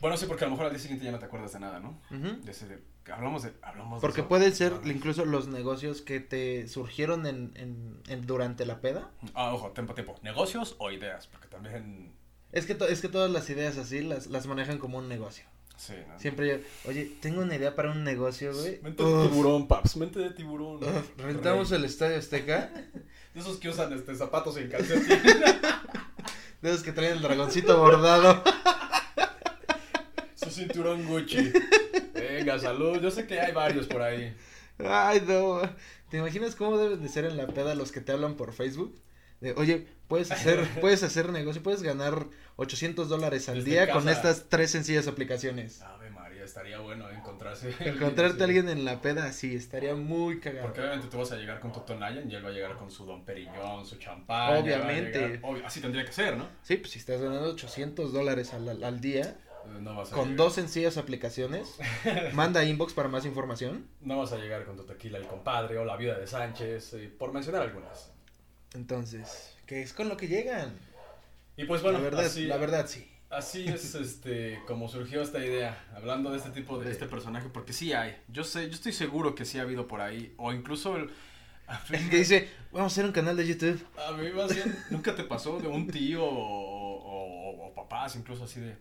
Bueno, sí, porque a lo mejor al día siguiente ya no te acuerdas de nada, ¿no? Ujú. De ese- hablamos de... Hablamos de Porque eso. Ah, pueden ser incluso los negocios que te surgieron en, en- en- durante la peda. Ah, ojo, tiempo, tiempo. ¿Negocios o ideas? Porque también... Es que, to- es que todas las ideas así las, las manejan como un negocio. Sí, ¿no? Siempre yo, oye, tengo una idea para un negocio, güey. Mente de Uf, tiburón, paps, mente de tiburón. uf, rentamos el Estadio Azteca. De esos que usan este, zapatos en calcetín. De esos que traen el dragoncito bordado. Su cinturón Gucci. Venga, salud. Yo sé que hay varios por ahí. Ay, no. ¿Te imaginas cómo deben de ser en la peda los que te hablan por Facebook? De, oye, puedes hacer, puedes hacer negocio, puedes ganar 800 dólares al Desde día con casa. estas tres sencillas aplicaciones. Ave María, estaría bueno encontrarse. Encontrarte a así. alguien en la peda así, estaría muy cagado. Porque obviamente tú vas a llegar con tu Tonayan y él va a llegar con su Don Periñón, su champán. Obviamente. así tendría que ser, ¿no? Sí, pues si estás ganando 800 dólares al, al- al día Eh, No vas a con llegar- dos sencillas aplicaciones, manda inbox para más información. No vas a llegar con tu tequila el compadre o la viuda de Sánchez, eh, por mencionar algunas. Entonces, que es con lo que llegan. Y pues bueno, la verdad, así, la verdad sí. Así es este como surgió esta idea, hablando de este tipo de, este personaje, porque sí hay. Yo sé, yo estoy seguro que sí ha habido por ahí. O incluso el. a El mí- que dice, vamos a hacer un canal de YouTube. A mí más bien, nunca te pasó de un tío o, o- o papás, incluso así de.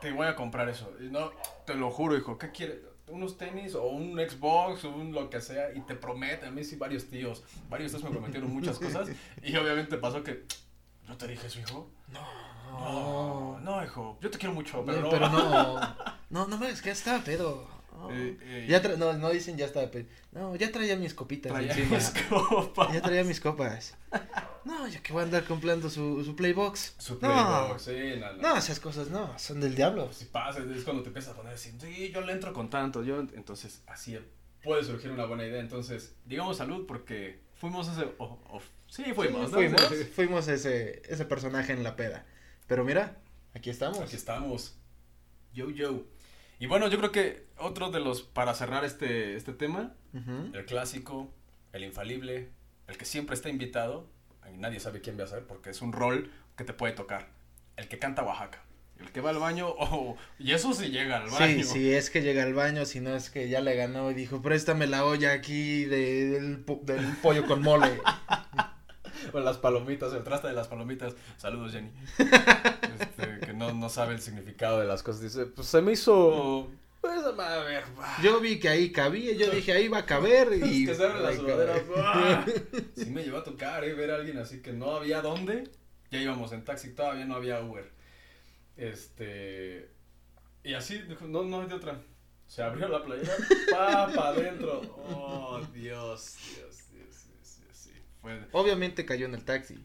Te voy a comprar eso. Y no, te lo juro, hijo, ¿qué quieres? Unos tenis o un Xbox o un lo que sea. Y te promete, a mí sí, varios tíos. Varios tíos me prometieron muchas cosas. Y obviamente pasó que. No te dije eso, hijo. No, no, hijo. Yo te quiero mucho, pero Oh. no. pero no. No, no me digas que ya estaba pedo. No. Eh, eh, Ya tra- no, no dicen ya estaba pedo. No, ya traía mis copitas traía encima. mis copas. Ya traía mis copas. No, yo que voy a andar comprando su, su Playbox. Su no. Playbox, sí, no, no. no, esas cosas no, son del diablo. pues, Si pasa, es cuando te empiezas a poner así, sí, yo le entro con tanto, yo, entonces, así e, puede surgir una buena idea, entonces, digamos salud, porque fuimos ese, o- o- sí, fuimos, ¿no? fuimos, fuimos ese, ese personaje en la peda. Pero mira, aquí estamos. Aquí estamos. Yo, yo. Y bueno, yo creo que otro de los, para cerrar este, este tema, Ujú. el clásico, el infalible, el que siempre está invitado, y nadie sabe quién va a ser porque es un rol que te puede tocar. El que canta Oaxaca, el que va al baño, o y eso sí llega al Sí, baño. sí, es que llega al baño, si no es que ya le ganó y dijo, préstame la olla aquí de- del, po- del pollo con mole. Con las palomitas, el traste de las palomitas. Saludos, Jenny. Este, que no, no sabe el significado de las cosas. Dice, pues se me hizo. Pues a ver. bah. Yo vi que ahí cabía, yo dije, ahí va a caber y... Es que se abre la Ay, sudadera. cabrón. bah. Sí me llevó a tocar, ¿eh? Ver a alguien así que no había dónde. Ya íbamos en taxi, todavía no había Uber. Este. Y así, dijo, no, no hay de otra. Se abrió la playera, pa, pa' adentro. Oh, Dios, Dios, Dios, Dios, Dios, sí. Fue, Obviamente cayó en el taxi.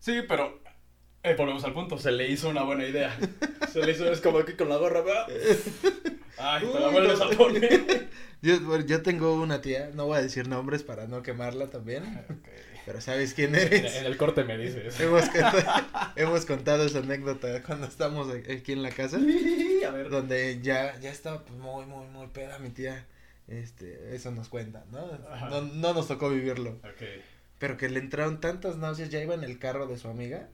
Sí, pero eh, volvemos al punto. Se le hizo una buena idea. Se le hizo, es como aquí con la gorra, ¿verdad? Ay, te la Uy, vuelves no. a poner. Yo, bueno, yo tengo una tía, no voy a decir nombres para no quemarla también, pero sabes quién eres. el corte me dices. hemos, contado, hemos contado esa anécdota cuando estamos aquí en la casa. a ver. donde ya, ya estaba pues, muy, muy, muy peda mi tía. Este, eso nos cuenta, ¿no? Ajá. No, no nos tocó vivirlo. Ok. Pero que le entraron tantas náuseas, ya iba en el carro de su amiga.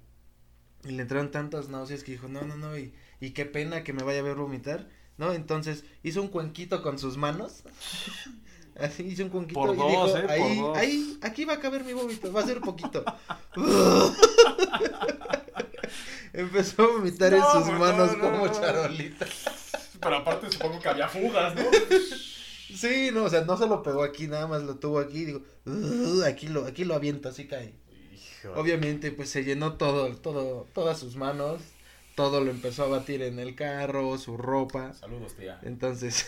Y le entraron tantas náuseas que dijo, no, no, no, y, y qué pena que me vaya a ver vomitar, ¿no? Entonces hizo un cuenquito con sus manos. Así hizo un cuenquito Por y dos, dijo, ¿eh? Por ahí, dos". ahí, aquí va a caber mi vómito, va a ser poquito. Empezó a vomitar No, en sus no, manos no, como no. charolita. Pero aparte supongo que había fugas, ¿no? Sí, no, o sea, no se lo pegó aquí, nada más lo tuvo aquí, digo, "Ugh", aquí lo, aquí lo aviento, así cae. Hijo. Obviamente, pues se llenó todo, todo, todas sus manos, todo lo empezó a batir en el carro, su ropa. Saludos, tía. Entonces,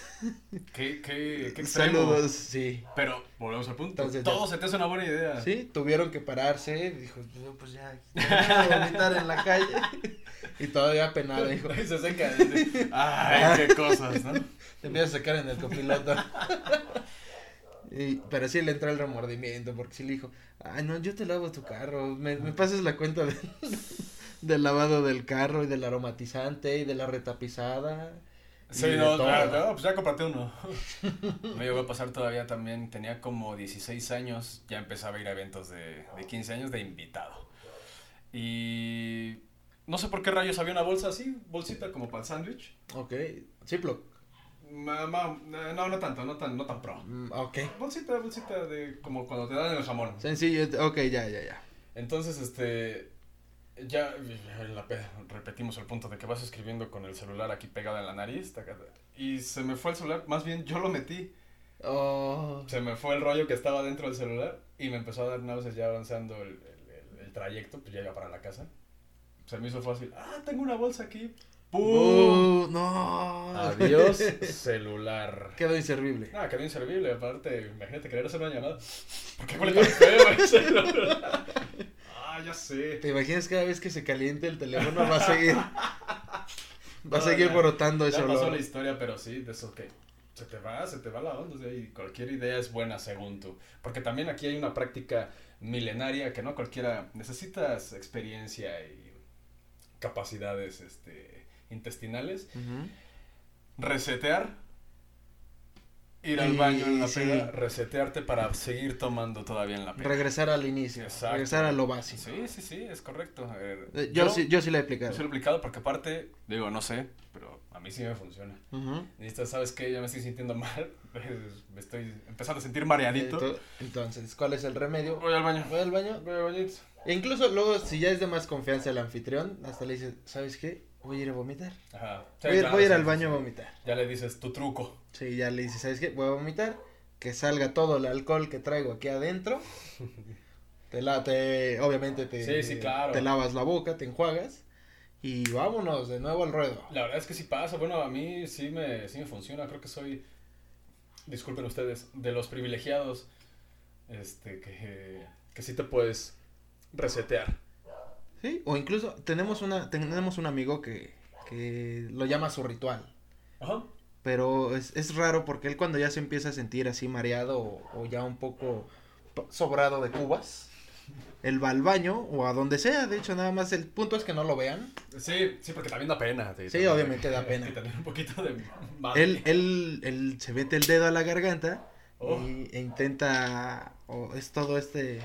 Qué, qué, qué extremo. Eh. saludos, sí. Pero volvemos al punto. Entonces, Todo se te hace una buena idea. Sí, tuvieron que pararse, dijo, "No, pues ya, me voy a vomitar en la calle. Y todavía penada, dijo, Y se seca. dice, Ay, qué cosas, ¿no? te voy a sacar en el copiloto. Y, pero sí le entró el remordimiento, porque sí le dijo, ay, no, yo te lavo tu carro, me, Ah. me pasas la cuenta de- del lavado del carro y del aromatizante y de la retapizada. y Sí, de no, todo". claro, claro, pues ya compartí uno. Me llegó a pasar todavía también, tenía como 16 años, ya empezaba a ir a eventos de, de 15 años de invitado. Y no sé por qué rayos había una bolsa así, bolsita como para el sándwich. Ok, Ziploc, Ma- ma- No, no tanto, no tan, no tan pro. mm, ok, Bolsita, bolsita de como cuando te dan el jamón. sencillo, ok, ya, ya, ya. Entonces, este, ya eh, la pe- repetimos el punto de que vas escribiendo con el celular aquí pegado en la nariz. taca, taca, Y se me fue el celular, más bien yo lo metí. Oh, Se me fue el rollo que estaba dentro del celular y me empezó a dar náuseas ya avanzando el, el- el- el trayecto, pues ya iba para la casa. Se me hizo fácil. Ah, tengo una bolsa aquí. ¡Pum! uh, no. Adiós, celular. Quedó inservible. Nada, quedó inservible. Aparte, imagínate querer hacer una llamada. ¿Por qué huele tan feo el celular? Ah, ya sé. ¿Te imaginas cada vez que se caliente el teléfono va a seguir? Va a No, seguir ya. borotando ese Ya pasó la olor. historia, pero sí, de eso que se te va, se te va la onda, o sea, y cualquier idea es buena según tú. Porque también aquí hay una práctica milenaria que no cualquiera, necesitas experiencia y capacidades este, intestinales. Ujú. Resetear, ir Y- al baño en la sí. peda, resetearte para seguir tomando todavía en la peda. Regresar al inicio, Exacto. regresar a lo básico. Sí, sí, sí, es correcto. A ver, Eh, Yo, sí, yo sí la he aplicado. yo se lo he aplicado porque aparte, digo, no sé, pero a mí sí me funciona. Ujú. Necesitas, ¿sabes qué? Ya me estoy sintiendo mal. Pues, Me estoy empezando a sentir mareadito. Ento- Entonces, ¿cuál es el remedio? Voy al baño. Voy al baño. Voy al bañito. E incluso luego, si ya es de más confianza el anfitrión, hasta le dices, ¿sabes qué? Voy a ir a vomitar. Ajá. Sí, Voy, a- claro, voy a ir sí, al sí, baño a sí. vomitar. Ya le dices tu truco. Sí, ya le dices, ¿sabes qué? Voy a vomitar, que salga todo el alcohol que traigo aquí adentro. Te la, te, obviamente te, Sí, sí, claro. te lavas la boca, te enjuagas y vámonos de nuevo al ruedo. La verdad es que sí pasa. Bueno, a mí sí me, sí me funciona. Creo que soy, disculpen ustedes, de los privilegiados este, que, que sí te puedes resetear. Sí, o incluso tenemos una tenemos un amigo que, que lo llama su ritual, Ajá. pero es, es raro porque él cuando ya se empieza a sentir así mareado o, o ya un poco p- sobrado de cubas, él va al baño o a donde sea, de hecho nada más el punto es que no lo vean. Sí, sí, porque también da pena. Sí, obviamente da pena. Y también un poquito de... madre. Él, él, él se mete el dedo a la garganta Oh. y- e intenta, o es todo este,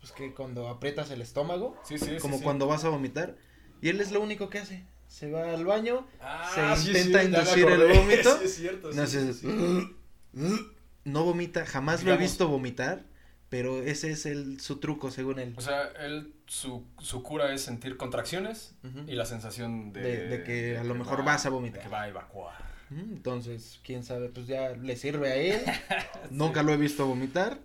pues que cuando aprietas el estómago, Sí, sí, sí, como sí. cuando vas a vomitar, y él es lo único que hace, se va al baño, Ah, se sí, intenta sí, inducir ya me el acordé. vómito, Sí, es cierto, sí, no, Pues sí, hace- sí. no vomita, jamás lo he Digamos- visto vomitar, pero ese es el, su truco según él. O sea, él, su, su cura es sentir contracciones Ujú. y la sensación de... De- de que a lo mejor va- vas a vomitar. de que va a evacuar. Ujú, Entonces, quién sabe, pues ya le sirve a él, nunca lo he visto vomitar.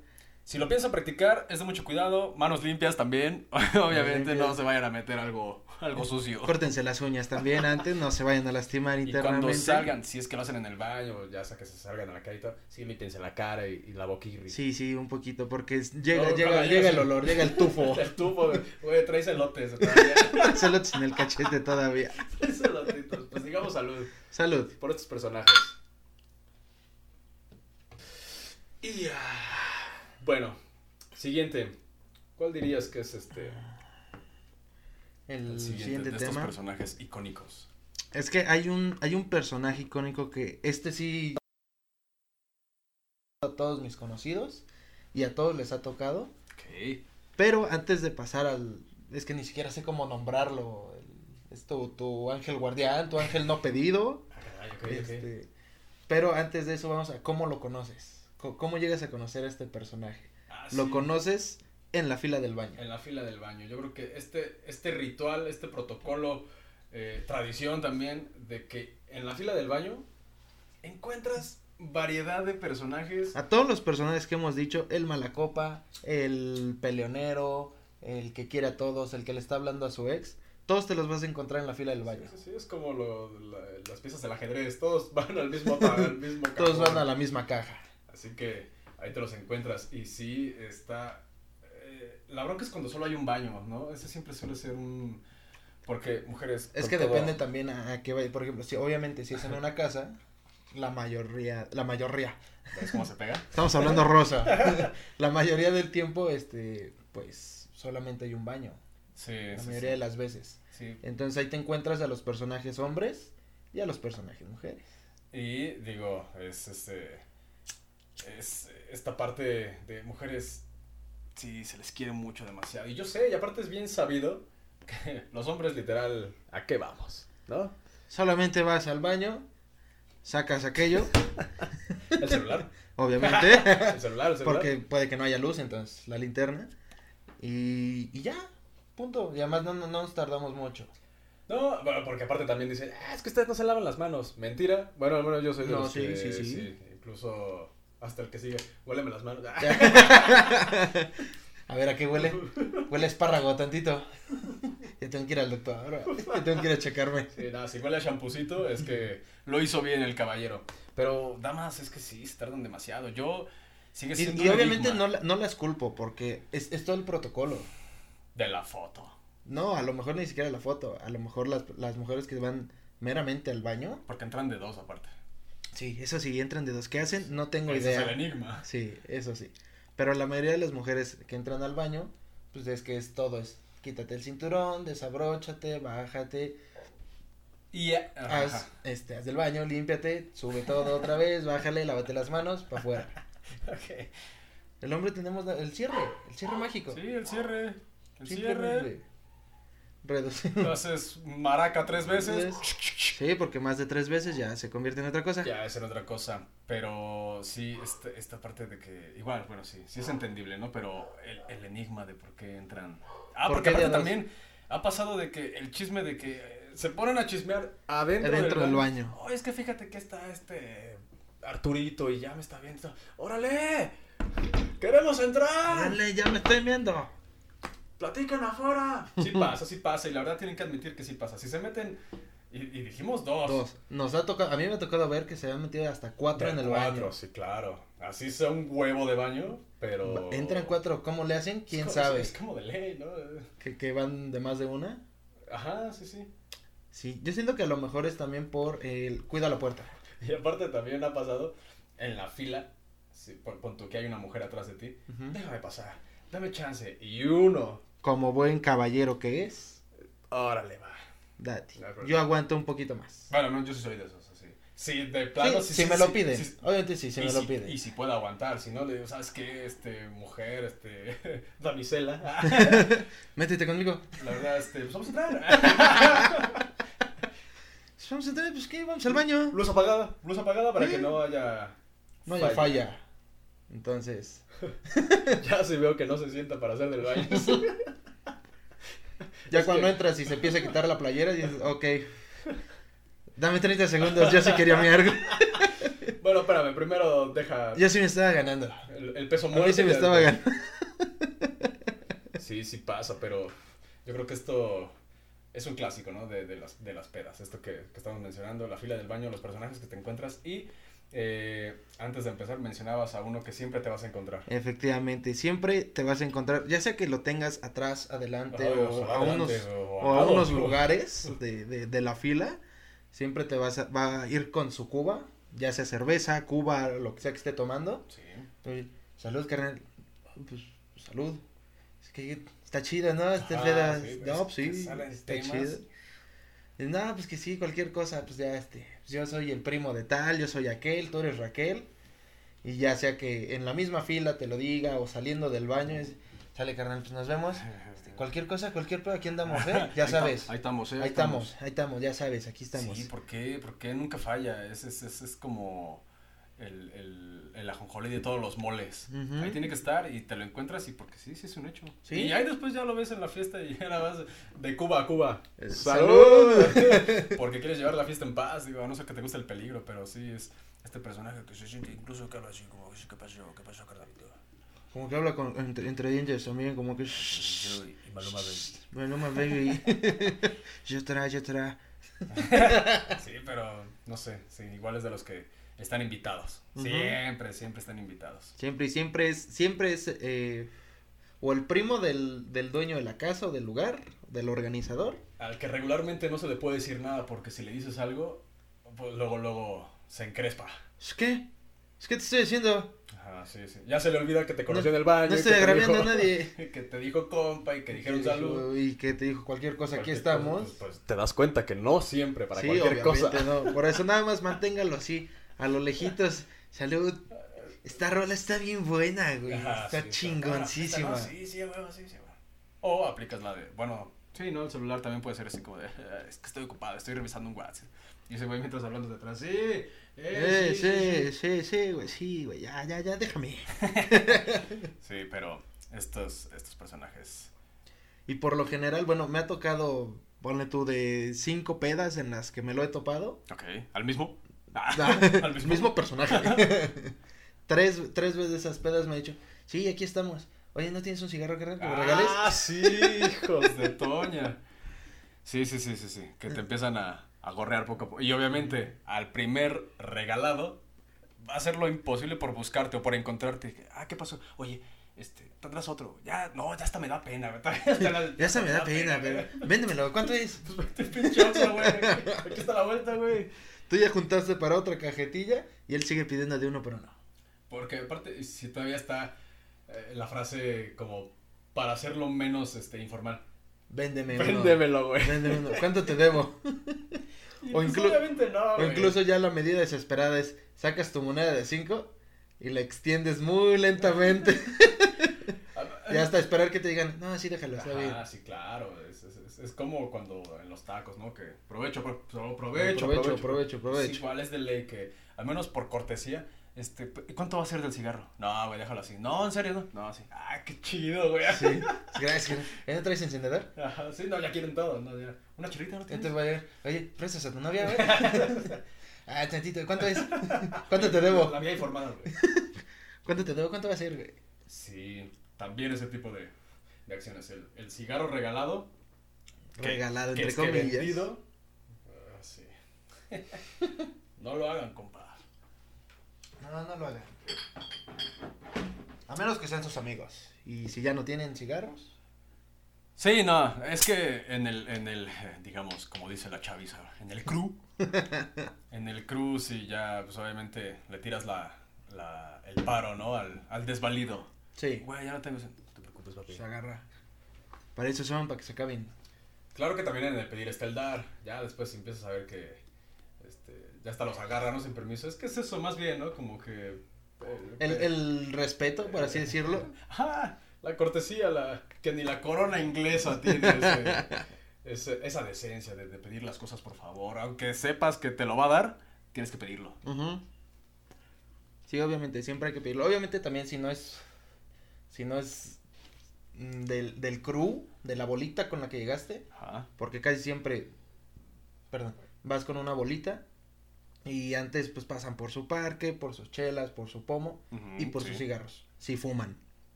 Si lo piensan practicar, es de mucho cuidado. Manos limpias también. Obviamente no limpias. se vayan a meter algo, algo sucio. Córtense las uñas también antes, no se vayan a lastimar Y cuando internamente. salgan, si es que lo hacen en el baño, ya sea que se salgan a la carita, sí, mítense la cara y, y la boquirri. Sí, sí, un poquito, porque es- llega, No, llega, cuando llega llegas- el olor, llega el tufo. El tubo, de- güey, traes elotes. todavía. Salud en el cachete todavía. Traes elotitos. Pues digamos salud. Salud. por estos personajes. Y ah, bueno, siguiente. ¿Cuál dirías que es este El, el siguiente, siguiente de estos tema. personajes icónicos? Es que hay un, hay un personaje icónico que este sí a todos mis conocidos y a todos les ha tocado. Ok. Pero antes de pasar al. Es que ni siquiera sé cómo nombrarlo. el- es tu, tu ángel guardián, tu ángel no pedido. Ah, caray, ok, ok. este, Pero antes de eso, vamos a cómo lo conoces. Co- ¿Cómo llegas a conocer a este personaje? Ah, Lo sí, conoces en la fila del baño. En la fila del baño. Yo creo que este, este ritual, este protocolo, eh, tradición también, de que en la fila del baño encuentras variedad de personajes. A todos los personajes que hemos dicho, el malacopa, el peleonero, el que quiere a todos, el que le está hablando a su ex, todos te los vas a encontrar en la fila del baño. Sí, sí, sí, es como lo- la- las piezas del ajedrez, todos van al mismo, pa- al mismo Todos cajón. van a la misma caja. Así que ahí te los encuentras y sí está... eh, la bronca es cuando solo hay un baño, ¿no? Ese siempre suele ser un... Porque mujeres... Es con que todo- depende también a, a qué vaya. Por ejemplo, si obviamente si es en una casa, la mayoría, la mayoría, ¿Ves cómo se pega? estamos hablando rosa, la mayoría del tiempo, este, pues, solamente hay un baño, Sí, la sí, mayoría de las veces. sí. Entonces ahí te encuentras a los personajes hombres y a los personajes mujeres. Y digo, es este. Es esta parte de mujeres. Sí, se les quiere mucho demasiado. Y yo sé, y aparte es bien sabido que los hombres, literal, ¿a qué vamos? ¿No? Solamente vas al baño, sacas aquello, El celular. obviamente, El celular, el celular. porque puede que no haya luz, entonces la linterna, y, y ya, punto. Y además no, no, no nos tardamos mucho. No, bueno, porque aparte también dicen, "Ah, es que ustedes no se lavan las manos. Mentira. Bueno, al menos yo soy de No, los sí, que, sí, sí. Incluso hasta el que sigue, huéleme las manos. A ver, ¿a qué huele? Huele a espárrago tantito. Yo tengo que ir al doctor. Yo tengo que ir a checarme. Sí, nada, si huele a champucito es que lo hizo bien el caballero. Pero damas, es que sí, se tardan demasiado. Yo sigue Y, siendo y un obviamente enigma no, la- no las culpo porque es, es todo el protocolo. de la foto. No, a lo mejor ni siquiera la foto. A lo mejor las, las mujeres que van meramente al baño. Porque entran de dos aparte. Sí, eso sí, entran de dos. ¿Qué hacen? No tengo Ese es el idea. enigma. Sí, eso sí. Pero la mayoría de las mujeres que entran al baño, pues es que es todo. Es quítate el cinturón, desabróchate, bájate, Y eh, ajá, haz, este, haz del baño, límpiate, sube todo otra vez, bájale, lávate las manos, para afuera. ok. El hombre tenemos la- el cierre, el cierre mágico. Sí, el cierre. El cierre. Simplemente reducir- Entonces, maraca tres veces. Sí, porque más de tres veces ya se convierte en otra cosa. Ya, esa era otra cosa. Pero sí, este- esta parte de que. Igual, bueno, sí, sí es Ah. entendible, ¿no? Pero el, el enigma de por qué entran. Ah, ¿Por porque qué de aparte dos? también ha pasado de que el chisme de que eh, se ponen a chismear adentro, Adentro del baño. Oh, es que fíjate que está este Arturito y ya me está viendo. ¡Órale! ¡Queremos entrar! Dale, ya me estoy viendo. ¡Platican afuera! Sí pasa, sí pasa. Y la verdad tienen que admitir que sí pasa. Si se meten. Y, y dijimos Dos. Nos ha tocado, a mí me ha tocado ver que se han metido hasta cuatro De en el cuatro, baño. sí, claro. Así sea un huevo de baño, pero... Entran cuatro, ¿cómo le hacen? Es ¿Quién co- sabe? Es, es como de ley, ¿no? Eh, ¿Que, que van de más de una. Ajá, sí, sí. Sí, yo siento que a lo mejor es también por el cuida la puerta. Y aparte también ha pasado en la fila, sí, pon, pon tú que hay una mujer atrás de ti, déjame pasar, dame chance. Y uno, Como buen caballero que es, órale, va. date. De acuerdo. Yo aguanto un poquito más. Bueno, no, yo sí soy de esos, así. Sí, de plano, Sí, sí, si sí, me sí, lo piden. sí, Obviamente sí, si y me lo si- piden. Y si puedo aguantar, si no, le digo, ¿sabes qué? Este, mujer, este, damisela. Métete conmigo. la verdad, este, pues vamos a entrar. Vamos a entrar, pues qué, vamos al baño. Luz apagada, luz apagada para que no haya... No haya falla. Entonces, Ya si veo que no se sienta para hacer del baño. ya Es cuando que- entras y se empieza a quitar la playera, dices, ok. Dame 30 segundos, yo sí quería mi algo. Bueno, espérame, primero deja Yo sí me estaba ganando. A el, el peso muerto. mí sí y me ya estaba después- ganando. Sí, sí pasa, pero yo creo que esto es un clásico, ¿no? De, de las, de las pedas. Esto que, que estamos mencionando, la fila del baño, los personajes que te encuentras y... eh, antes de empezar mencionabas a uno que siempre te vas a encontrar. Efectivamente, siempre te vas a encontrar, ya sea que lo tengas atrás, adelante Ay, o, ojalá a unos, Ah, adelante, o o a al lado, unos o- lugares de, de, de la fila, siempre te vas a, va a ir con su cuba, ya sea cerveza, cuba, lo que sea que esté tomando. Sí. Oye, salud, carnal. Pues, salud. Es que está chida, ¿no? Está Ajá, peda. Ah, sí, no, es- pues sí, te salen está temas. chida. Y, No, pues que sí, cualquier cosa, pues ya este, pues, yo soy el primo de tal, yo soy aquel, tú eres Raquel, y ya sea que en la misma fila te lo diga o saliendo del baño, es, sale carnal, pues nos vemos, Este, cualquier cosa, cualquier pedo, aquí andamos, ¿eh? Ya Ahí sabes, ta- Ahí estamos, eh, ahí estamos, ahí estamos, ya sabes, aquí estamos. Sí, ¿por qué? ¿Por qué nunca falla? Es, es, es, es como el, el, el ajonjolí de todos los moles. Ujú. Ahí tiene que estar y te lo encuentras y porque sí, sí es un hecho. Sí. Y ahí después ya lo ves en la fiesta y ya nada más de Cuba a Cuba. Eh, porque quieres llevar la fiesta en paz, digo, a no ser que te guste el peligro, pero sí es este personaje que se siente incluso que habla así como, ¿qué pasó? ¿Qué pasó, carnalito? Como que habla con, entre, entre dientes también, como que... Yo y Maluma Baby. Maluma Baby. yo tra, yo tra. Sí, pero no sé, sí, igual es de los que están invitados. Ujú. Siempre, siempre están invitados. Siempre, y siempre es, siempre es, eh, o el primo del, del dueño de la casa o del lugar, del organizador. Al que regularmente no se le puede decir nada porque si le dices algo, pues luego, luego se encrespa. ¿Es qué? ¿Es que te estoy diciendo? Ajá, sí, sí. Ya se le olvida que te conoció No- en el baño. no y estoy que te agraviando dijo- a nadie. Que te dijo compa y que dijeron Y te salud. dijo- Y que te dijo cualquier cosa, aquí Cualquier estamos. cosa, Pues, pues, te das cuenta que no siempre, para sí, cualquier cosa. obviamente no. Por eso nada más manténgalo así, a lo lejitos. Salud. Esta rola está bien buena, güey. Ajá, está sí, chingoncísima. Ah, sí, sí, a huevo, sí, sí, a huevo. O aplicas la de, bueno, sí, no, el celular también puede ser así como de, "Ah, es que estoy ocupado, estoy revisando un WhatsApp. Y ese güey mientras hablando detrás, sí, eh, Eh, sí, sí, sí, sí, sí, güey, sí, güey, ya, ya, ya, déjame. sí. Sí, pero estos, estos personajes. Y por lo general, bueno, me ha tocado, ponle tú, de cinco pedas en las que me lo he topado. Ok, ¿al mismo? Ah, No, ¿Al el mismo personaje. tres, tres veces esas pedas me ha dicho, sí, aquí estamos. Oye, ¿no tienes un cigarro, carnal, que me regales? Ah, sí, hijos de Toña. Sí, sí, sí, sí, sí, que te empiezan a, a gorrear poco a poco. Y obviamente, al primer regalado, va a ser lo imposible por buscarte o por encontrarte. Ah, ¿qué pasó? Oye, este, ¿tendrás otro? Ya, no, ya hasta me da pena. güey, hasta la- Ya se me da pena, pero véndemelo, ¿cuánto es? Pues vete, pinche Oxxo, güey. Aquí está la vuelta, güey. Tú ya juntaste para otra cajetilla y él sigue pidiendo de uno, pero no. Porque aparte, si todavía está eh, la frase como para hacerlo menos este, informal. Véndeme uno. Véndemelo, güey. Véndeme uno. ¿Cuánto te debo? Y O pues inclu- obviamente no, O güey. incluso ya la medida desesperada es, sacas tu moneda de cinco y la extiendes muy lentamente. Y hasta esperar que te digan, no, sí, déjalo, está bien. Ah, sí, claro. Es, es- es- es como cuando en los tacos, ¿no? Que provecho, pro- pro- provecho, provecho, provecho, Sí, provecho. igual es de ley que, al menos por cortesía, este, p- ¿cuánto va a ser del cigarro? No, güey, déjalo así. No, en serio, no. No, así. Ah, qué chido, güey. Sí, gracias. ¿Ya no traes encendedor? Ajá, sí, no, ya quieren todo. No, ya. Una chorrita, ¿no Ya te tienes? voy a ver. Oye, prestas a tu novia, güey. Ah, tantito, ¿cuánto es? ¿Cuánto te debo? La mía informada, güey. ¿Cuánto te debo? ¿Cuánto va a ser, güey? Sí, también ese tipo de, de acciones. El, el cigarro regalado. que- Regalado, que entre es que comillas. vendido. Ah, sí. no lo hagan, compa. No, no lo hagan. A menos que sean sus amigos. Y si ya no tienen cigarros. Sí, no, es que en el, en el, eh, digamos, como dice la chaviza, en el crew, en el crew sí ya, pues obviamente le tiras la, la- el paro, ¿no? Al, al desvalido. Sí. Güey, ya no tengo... No te preocupes, papi. Se pues agarra. Para eso son, para que se acaben. Claro que también en el pedir está el dar, ya después empiezas a ver que, este, ya hasta los agarran, ¿no? Sin permiso. Es que es eso, más bien, ¿no? Como que... eh, El, eh, el respeto, por así decirlo. ¡Ah! La cortesía, la que ni la corona inglesa tiene ese- ese- esa decencia de, de pedir las cosas por favor. Aunque sepas que te lo va a dar, tienes que pedirlo. Ujú. Sí, obviamente, siempre hay que pedirlo. Obviamente también si no es, si no es mm, del, del crew, de la bolita con la que llegaste, Ajá. porque casi siempre, perdón, vas con una bolita y antes pues pasan por su parque, por sus chelas, por su pomo y por sí. sus cigarros, si fuman.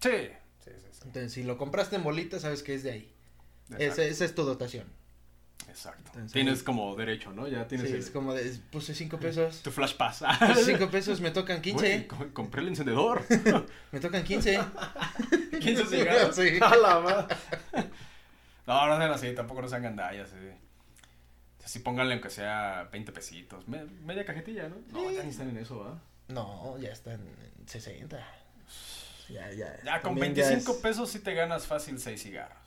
Sí. Sí, sí, sí. Entonces, si lo compraste en bolita, sabes que es de ahí. Exacto. Esa, esa es tu dotación. Exacto. Entonces- tienes como derecho, ¿no? Ya tienes Sí, el- es como de, puse cinco pesos. tu flash pass. Puse cinco pesos, me tocan Güey, quince. co- compré el encendedor. Me tocan quince. 15 cigarros. Sí. A la madre. No, no sean así, tampoco no sean gandallas. eh. Sí. Así pónganle aunque sea 20 pesitos. me- media cajetilla, ¿no? No, ya ni están en eso, ¿va? No, ya están en 60. Ya, ya. Ya Ah, con también ya 25 es pesos sí te ganas fácil 6 cigarros.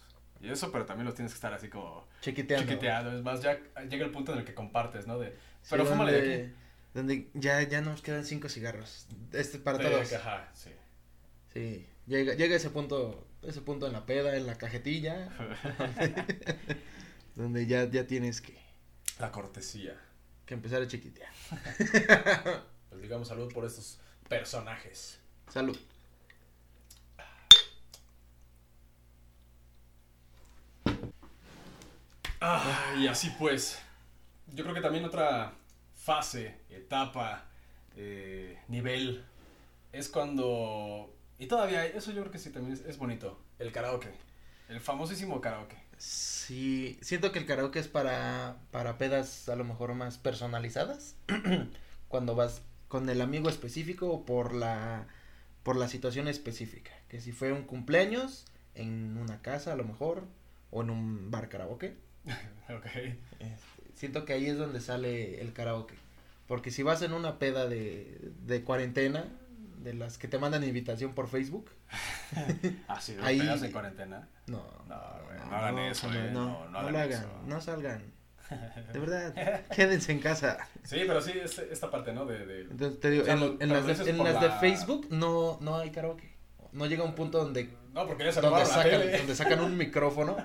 Y eso, pero también los tienes que estar así como Chiquiteando. chiquiteando. Es más, ya llega el punto en el que compartes, ¿no? De, Sí, pero fúmale de donde- aquí. Donde ya, ya nos quedan 5 cigarros. Este para De- todos. Ajá, sí. Sí. Llega, llega ese punto, ese punto en la peda, en la cajetilla. donde ya, ya tienes que, La cortesía. que empezar a chiquitear. Pues digamos salud por estos personajes. Salud. Ah, y así pues, yo creo que también otra fase, etapa, eh, nivel, es cuando Y todavía, hay- eso yo creo que sí también es, es bonito. El karaoke. El famosísimo karaoke. Sí, siento que el karaoke es para, para pedas a lo mejor más personalizadas, cuando vas con el amigo específico o por la, por la situación específica, que si fue un cumpleaños, en una casa a lo mejor, o en un bar karaoke, ok. este, siento que ahí es donde sale el karaoke, porque si vas en una peda de, de cuarentena, de las que te mandan invitación por Facebook, Ah, sí, Ahí- Ahí... pedas en cuarentena. no, No, güey, no hagan eso, no, eh, no, no, no no hagan lo eso. hagan, no salgan. De verdad, quédense en casa. Sí, pero sí, es esta parte, ¿no? De, de- Entonces te digo, O sea, en, lo- en pero las, lo dices de, en por las de la- Facebook no, no hay karaoke. No llega un punto donde, No, porque ya se donde, robaron la sacan, tele. donde sacan un micrófono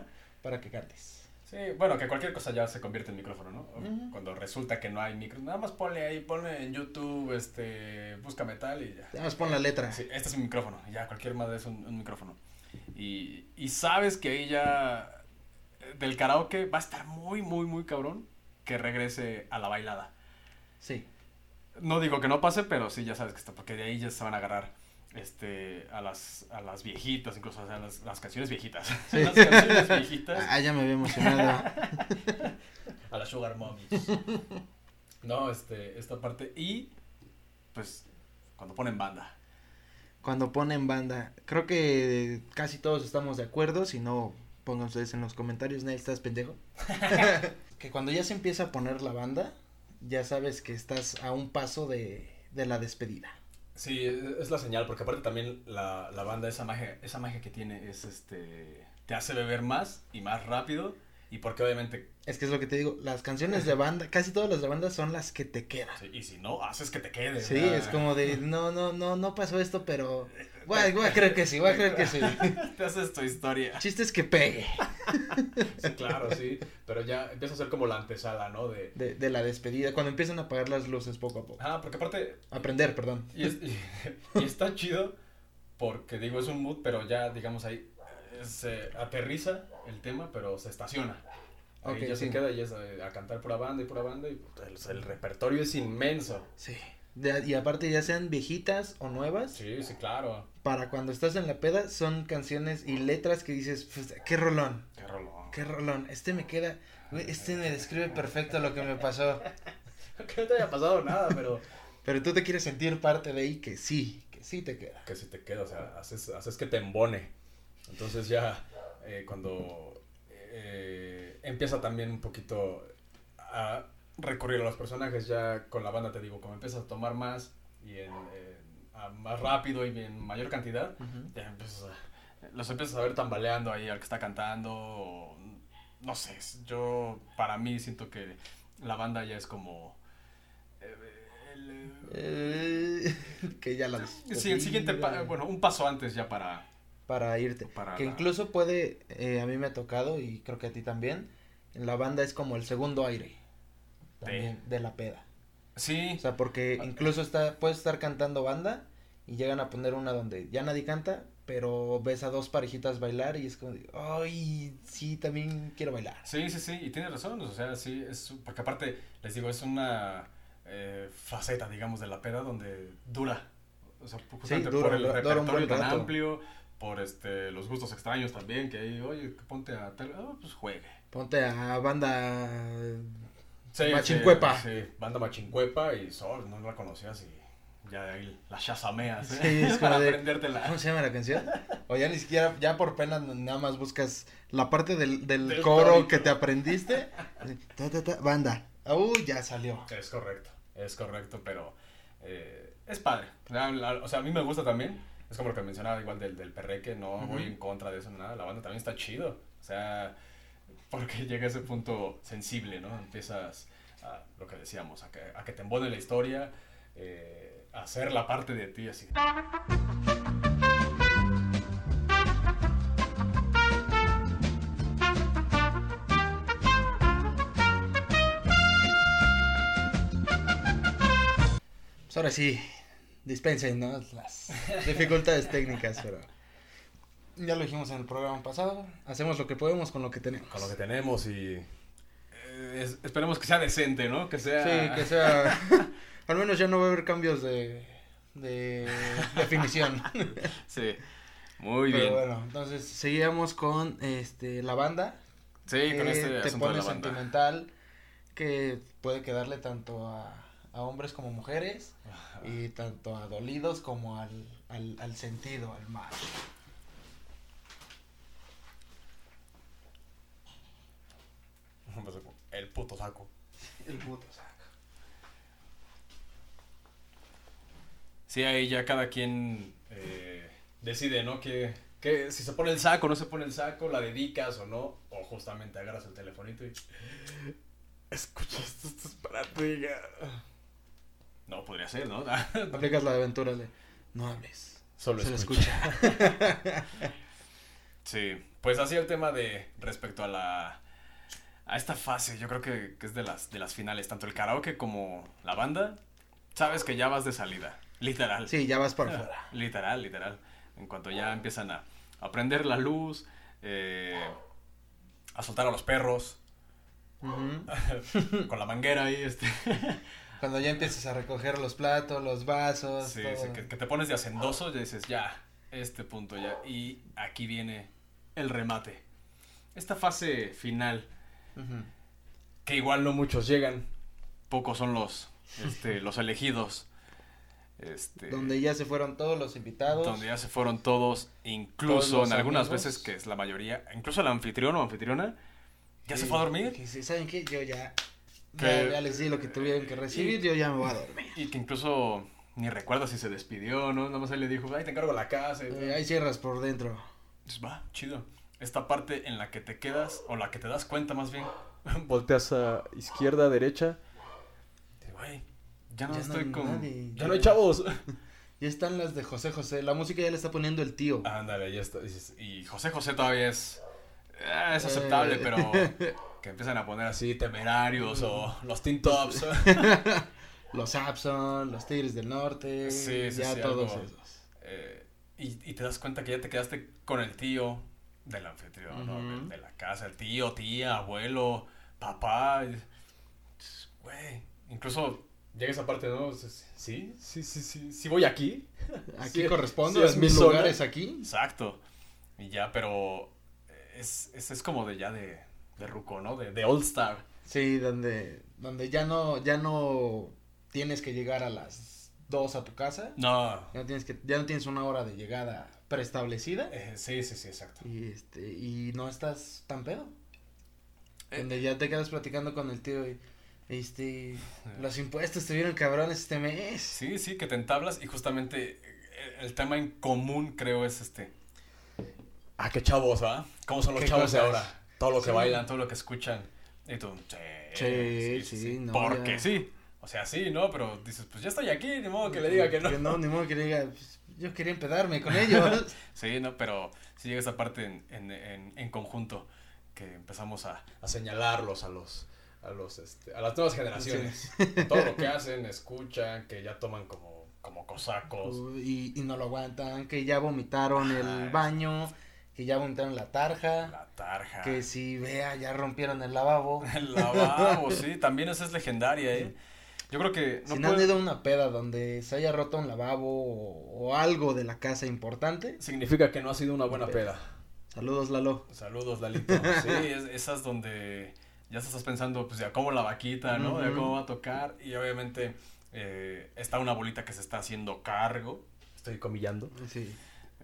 para que cantes. Sí, bueno, que cualquier cosa ya se convierte en micrófono, ¿no? O Ujú. Cuando resulta que no hay micro, nada más ponle ahí, ponle en YouTube, este, busca metal y ya. Nada más pon la letra. Sí, este es un micrófono, ya, cualquier madre es un, un micrófono. Y, y sabes que ahí ya eh, del karaoke va a estar muy, muy, muy cabrón que regrese a la bailada. Sí. No digo que no pase, pero sí, ya sabes que está, porque de ahí ya se van a agarrar este, a, las, a las viejitas, incluso o sea, las, las canciones viejitas. Sí. las canciones viejitas. Ah, ya me había emocionado. A la Sugar Mommy. no, este, esta parte. Y, pues, cuando ponen banda. Cuando ponen banda. Creo que casi todos estamos de acuerdo. Si no, pongan ustedes en los comentarios. Nadie estás pendejo. que cuando ya se empieza a poner la banda, ya sabes que estás a un paso de, de la despedida. Sí, e, es la señal, porque aparte también la, la banda, esa magia, esa magia que tiene es, este, te hace beber más y más rápido. Y porque obviamente, Es que es lo que te digo. Las canciones de banda, casi todas las de banda son las que te quedan. sí, y si no, haces que te quede. Sí, ¿verdad? es como de, no, no, no, no pasó esto, pero voy a, voy a creer que sí, voy a creer que sí. Te haces tu historia. Chiste es que pegue Sí, claro, sí. Pero ya empieza a ser como la antesala, ¿no? De. de, de la despedida, cuando empiezan a apagar las luces poco a poco. Ah, porque aparte, Aprender, perdón. Y, es- y- y está chido porque, digo, es un mood, pero ya, digamos, ahí eh, se aterriza el tema, pero se estaciona. Ahí Ok, ya sí. se queda y es eh, a cantar pura banda y pura banda y puta, el, el repertorio es inmenso. Sí. De- y aparte ya sean viejitas o nuevas, Sí, sí, claro. para cuando estás en la peda son canciones y letras que dices, "Pues, qué rolón, Qué rolón. qué rolón, este me queda, güey, este me describe perfecto lo que me pasó. Que no te haya pasado nada, pero... Pero tú te quieres sentir parte de ahí que sí, que sí te queda. que si te queda, o sea, haces, haces que te embone. Entonces ya eh, cuando eh, empieza también un poquito a recurrir a los personajes, ya con la banda te digo, como empiezas a tomar más y en, en- a más rápido y en mayor cantidad, ya empiezas a- los empiezas a ver tambaleando ahí al que está cantando, o, no sé, es- yo para mí siento que la banda ya es como... eh, el- eh, Eh, que ya la Sí, el siguiente, pa- despedida. bueno, un paso antes ya para... para irte. Para que la- incluso puede, eh, a mí me ha tocado y creo que a ti también, en la banda es como el segundo aire también de la peda. Sí, O sea, porque incluso está, puedes estar cantando banda y llegan a poner una donde ya nadie canta, pero ves a dos parejitas bailar y es como, de, ay, sí, también quiero bailar. sí, sí, sí, y tienes razón, o sea, sí, es, porque aparte, les digo, es una eh, faceta, digamos, de la peda donde dura, o sea, pu- justamente dura, por el dura- dura un buen repertorio tan rato. amplio, por este, los gustos extraños también, que ahí, oye, que ponte a tal, ah, pues juegue. Ponte a banda... Sí, Machincuepa. Sí, sí, banda Machincuepa y Sol, no la conocías y ya de ahí la chasameas, ¿eh? Sí, es como para de- aprendértela. ¿Cómo se llama la canción? O ya ni siquiera, ya por pena nada más buscas la parte del, del Del coro corito. que te aprendiste. Ta, ta, ta, banda. Uy, ya salió. Es correcto, es correcto, pero eh, es padre. La- la- o sea, a mí me gusta también. Es como lo que mencionaba igual del, del perreque, no Ujú. voy en contra de eso, nada. La banda también está chido. O sea, porque llega ese punto sensible, ¿no? Empiezas a lo que decíamos, a que, a que te embone la historia, eh, a hacer la parte de ti así. Pues ahora sí, dispensen, ¿no? Las dificultades técnicas, pero. Ya lo dijimos en el programa pasado. Hacemos lo que podemos con lo que tenemos. Con lo que tenemos y. eh, es- esperemos que sea decente, ¿no? Que sea. Sí, que sea. Al menos ya no va a haber cambios de, de definición. Sí. Muy Pero bien. bueno, entonces seguíamos con este la banda. sí, con que este eh, te asunto de pone la banda. sentimental que puede quedarle tanto a, a hombres como mujeres Ajá. y tanto a dolidos como al, al, al sentido, al mal. Empezó con, pues, El puto saco. El puto saco. Sí, ahí ya cada quien eh, decide, ¿no? Que, que si se pone el saco, no se pone el saco, la dedicas o no, o justamente agarras el telefonito y... Escuchas esto es para ti, ya. No, podría ser, ¿no? Aplicas la de aventuras de no hables. Solo se lo escucha. escucha. Sí, pues así el tema de respecto a la a esta fase, yo creo que, que es de las de las finales, tanto el karaoke como la banda, sabes que ya vas de salida, literal. Sí, ya vas para afuera. Literal, literal. En cuanto ya empiezan a a prender la luz, eh, a soltar a los perros Ujú. con la manguera ahí, este. Cuando ya empiezas a recoger los platos, los vasos, Sí, todo. sí, que, que te pones de hacendoso, ya dices, ya, este punto ya. Y aquí viene el remate. Esta fase final Ujú. que igual no muchos llegan, pocos son los, este, los elegidos. Este, Donde ya se fueron todos los invitados. donde ya se fueron todos, incluso Todos los en algunas amigos. veces que es la mayoría, incluso el anfitrión o anfitriona, ya se Sí, fue a dormir que sí, ¿Saben qué? Yo ya, ya, Que- ya les di lo que tuvieron que recibir, yo ya me voy a dormir. y que incluso ni recuerda si se despidió, ¿no? Nada más él le dijo, ay, te encargo la casa. y- Eh, hay cierras por dentro. Dices, va, chido. Esta parte en la que te quedas, o la que te das cuenta más bien. Volteas a izquierda, derecha. Dices, Güey, ya no Ya no estoy hay con... nadie, ya ya- no hay chavos. Ya están las de José José, la música ya le está poniendo el tío. Ándale, ya está. dices, Y José José todavía es. eh, es aceptable, Eh. pero. Que empiezan a poner así temerarios o los tin tops. Los Abson, los Tigres del Norte, Sí, sí, ya sí, todos algo. esos. Eh, y, y te das cuenta que ya te quedaste con el tío del anfitrión, ¿no? Ujú. Del- de, la casa, el tío, tía, abuelo, papá. y- Güey, incluso llega esa parte, ¿no? Dices, Sí, sí, sí, sí, sí, voy aquí. Aquí Sí, correspondo, sí, es es mi mi lugar zona. es aquí. Exacto. Y ya, pero. Es, es, es como de ya de, de Ruco, ¿no? De, de All Star. Sí, donde, donde ya no, ya no tienes que llegar a las dos a tu casa. No. Ya no tienes que, ya no tienes una hora de llegada preestablecida. Eh, sí, sí, sí, exacto. Y este, y no estás tan pedo. Eh, Donde ya te quedas platicando con el tío y, este, los impuestos estuvieron cabrones este mes. Sí, sí, que te entablas y justamente eh, el tema en común creo es este. Ah, qué chavos, ¿va? ¿Cómo son los ¿Qué chavos de cosas? ahora? Todo lo Sí. que bailan, todo lo que escuchan. Y tú, sí, Sí, sí, no, Porque ya. sí. O sea, sí, ¿no? Pero dices, pues ya estoy aquí, ni modo que le diga que no. Que no, ni modo que le diga, pues, yo quería empedarme con ellos. Sí, no, pero sí llega esa parte en, en, en, en conjunto que empezamos a, a señalarlos a los a los este, a las nuevas generaciones. Todo lo que hacen, escuchan, que ya toman como como cosacos. y, y no lo aguantan, que ya vomitaron Ajá, el es- baño, que ya vomitaron la tarja, La tarja. que si vea, ya rompieron el lavabo. El lavabo, sí, también esa es legendaria, ¿eh? Yo creo que no si no han puede ido a una peda donde se haya roto un lavabo o, o algo de la casa importante, significa que no ha sido una buena peda. saludos Lalo. Saludos, Lalito. Sí, es, esas donde ya te estás pensando, pues, ya cómo la vaquita, ¿no? Ya cómo va a tocar. Y obviamente eh, está una bolita que se está haciendo cargo. Estoy comillando. Sí.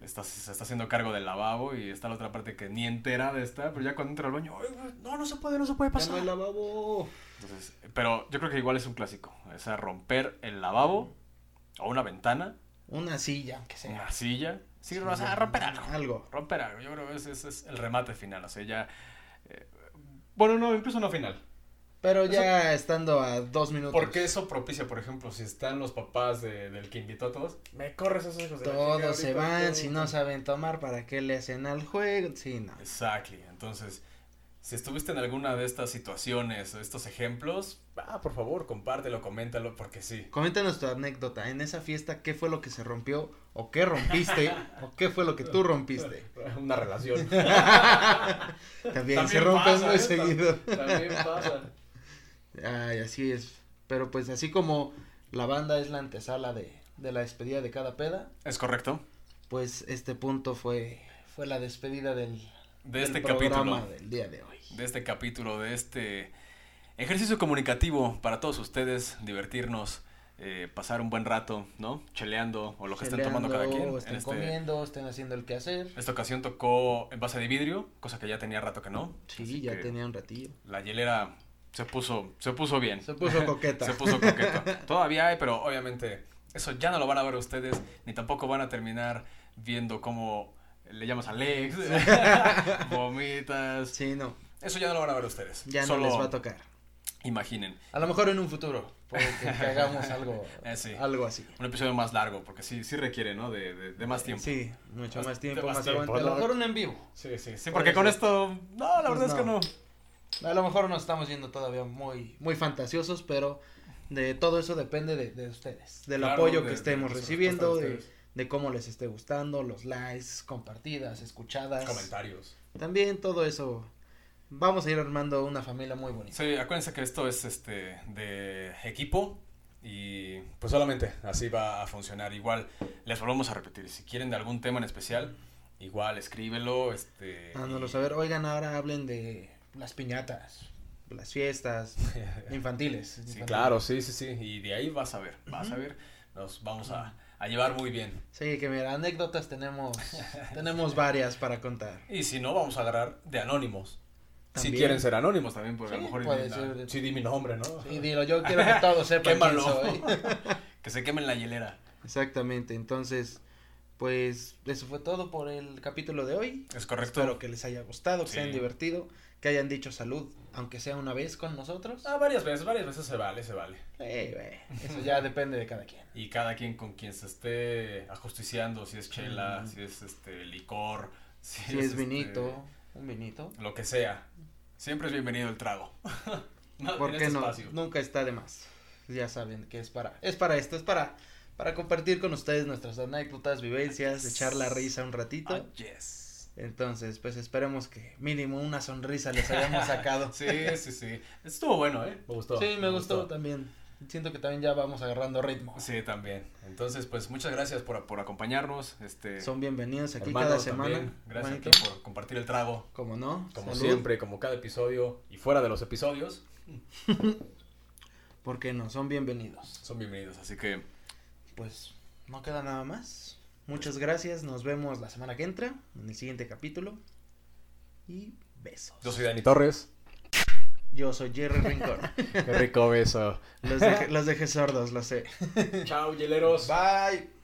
Está, se está haciendo cargo del lavabo y está la otra parte que ni enterada está, pero ya cuando entra al baño, "Ay, güey, no, no se puede, no se puede Ya no pasar. hay lavabo. Entonces, pero yo creo que igual es un clásico. O sea, romper el lavabo o una ventana, Una silla, aunque sea. una silla. Sí, o sea, romper algo. Algo. Romper algo. Yo creo que ese, ese es el remate final. O sea, ya. eh, bueno, no, incluso no final. Pero Pues ya estando a dos minutos. Porque eso propicia, por ejemplo, si están los papás de- del que invitó a todos, me corres esos hijos Pues de la chingada Todos se ahorita, van, todo. si no saben tomar, ¿para qué le hacen al juego? Sí, no. Exactly. Entonces, si estuviste en alguna de estas situaciones o estos ejemplos, ah, por favor, compártelo, coméntalo, porque sí. Coméntanos tu anécdota. En esa fiesta, ¿qué fue lo que se rompió? ¿O qué rompiste? ¿O qué fue lo que tú rompiste? Una relación. También, se rompe pasa, muy ¿eh? seguido. También pasa. Ay, así es. Pero pues así como la banda es la antesala de, de la despedida de cada peda, Es correcto. pues este punto fue, fue la despedida del, De del este programa capítulo. del día de hoy. de este capítulo, de este ejercicio comunicativo para todos ustedes, divertirnos, eh, pasar un buen rato, ¿no? Cheleando o lo que estén tomando cada Peleando, quien. Estén En este- comiendo, estén haciendo el quehacer. esta ocasión tocó en base de vidrio, cosa que ya tenía rato que no. Sí, así ya que tenía un ratillo. La hielera se puso, se puso bien. Se puso coqueta. Se puso coqueta. Todavía hay, pero obviamente eso ya no lo van a ver ustedes, ni tampoco van a terminar viendo cómo le llamas a Alex, vomitas. Sí, no, Eso ya no lo van a ver ustedes. ya Solo no les va a tocar. Imaginen. A lo mejor en un futuro, porque que hagamos algo, Eh, sí. algo así. Un episodio más largo, porque sí, sí requiere, ¿no? De, de- de más tiempo. Sí, Sí, mucho Más- más tiempo, más más tiempo, aguante. A lo ¿no? mejor un en vivo. Sí, sí, sí. porque puede con ser. esto, no, la Pues verdad no. es que A lo mejor nos estamos yendo todavía muy, muy fantasiosos, pero de todo eso depende de, de ustedes, del Claro, apoyo de- que de estemos sus recibiendo, respuestas de de, de cómo les esté gustando, los likes, compartidas, escuchadas. Los Comentarios. También todo eso. Vamos a ir armando una familia muy no. bonita. Sí, acuérdense que esto es este de equipo y Pues solamente. así va a funcionar. Igual, les volvemos a repetir, si quieren de algún tema en especial, igual escríbelo, este... Dándonos y- Ah, a ver, oigan, ahora hablen de las piñatas, las fiestas infantiles. Sí, infantiles. Claro, sí, sí, sí. Y de ahí vas a ver, vas a ver, nos vamos a, a llevar muy bien. Sí, que mira, anécdotas tenemos, tenemos varias para contar. Y si no, vamos a agarrar de anónimos. También. Si quieren ser anónimos también. También, porque Sí, a lo mejor... puede "Ah, la- ser. Sí, di mi nombre, ¿no? Y dilo, yo quiero que todos sepan quién Quémalo. soy. Que se quemen la hielera. Exactamente, entonces, pues eso fue todo por el capítulo de hoy. Es correcto. Espero que les haya gustado, que se hayan Sí. divertido, que hayan dicho salud, aunque sea una vez con nosotros. Ah, varias veces, varias veces se vale, se vale. Eh, güey, eso ya depende de cada quien. Y cada quien con quien se esté ajusticiando, si es chela, Mm. si es este licor, si, Si es este, vinito, un vinito. lo que sea. Siempre es bienvenido el trago. Más ¿Por en qué este no? espacio. Nunca está de más. Ya saben que es para, es para esto, es para, para compartir con ustedes nuestras anécdotas, vivencias, echar la risa un ratito. Ah, yes. Entonces, pues esperemos que mínimo una sonrisa les hayamos sacado. Sí, sí, sí. Estuvo bueno, ¿eh? Me gustó. Sí, me gustó también. Siento que también ya vamos agarrando ritmo. Sí, también. Entonces, pues muchas gracias por, por acompañarnos. Este, Son bienvenidos aquí hermanos cada semana. también. Gracias hermanito. aquí por compartir el trago. Como no, Como salud, siempre, como cada episodio y fuera de los episodios, Porque no, son bienvenidos. Son bienvenidos, así que Pues no queda nada más. Muchas gracias, nos vemos la semana que entra en el siguiente capítulo. Y besos. yo soy Dani Dani. Torres. Yo soy Jerry Rincón. Qué rico beso. los, dejé, los dejé sordos, lo sé. Chao, hieleros. Bye.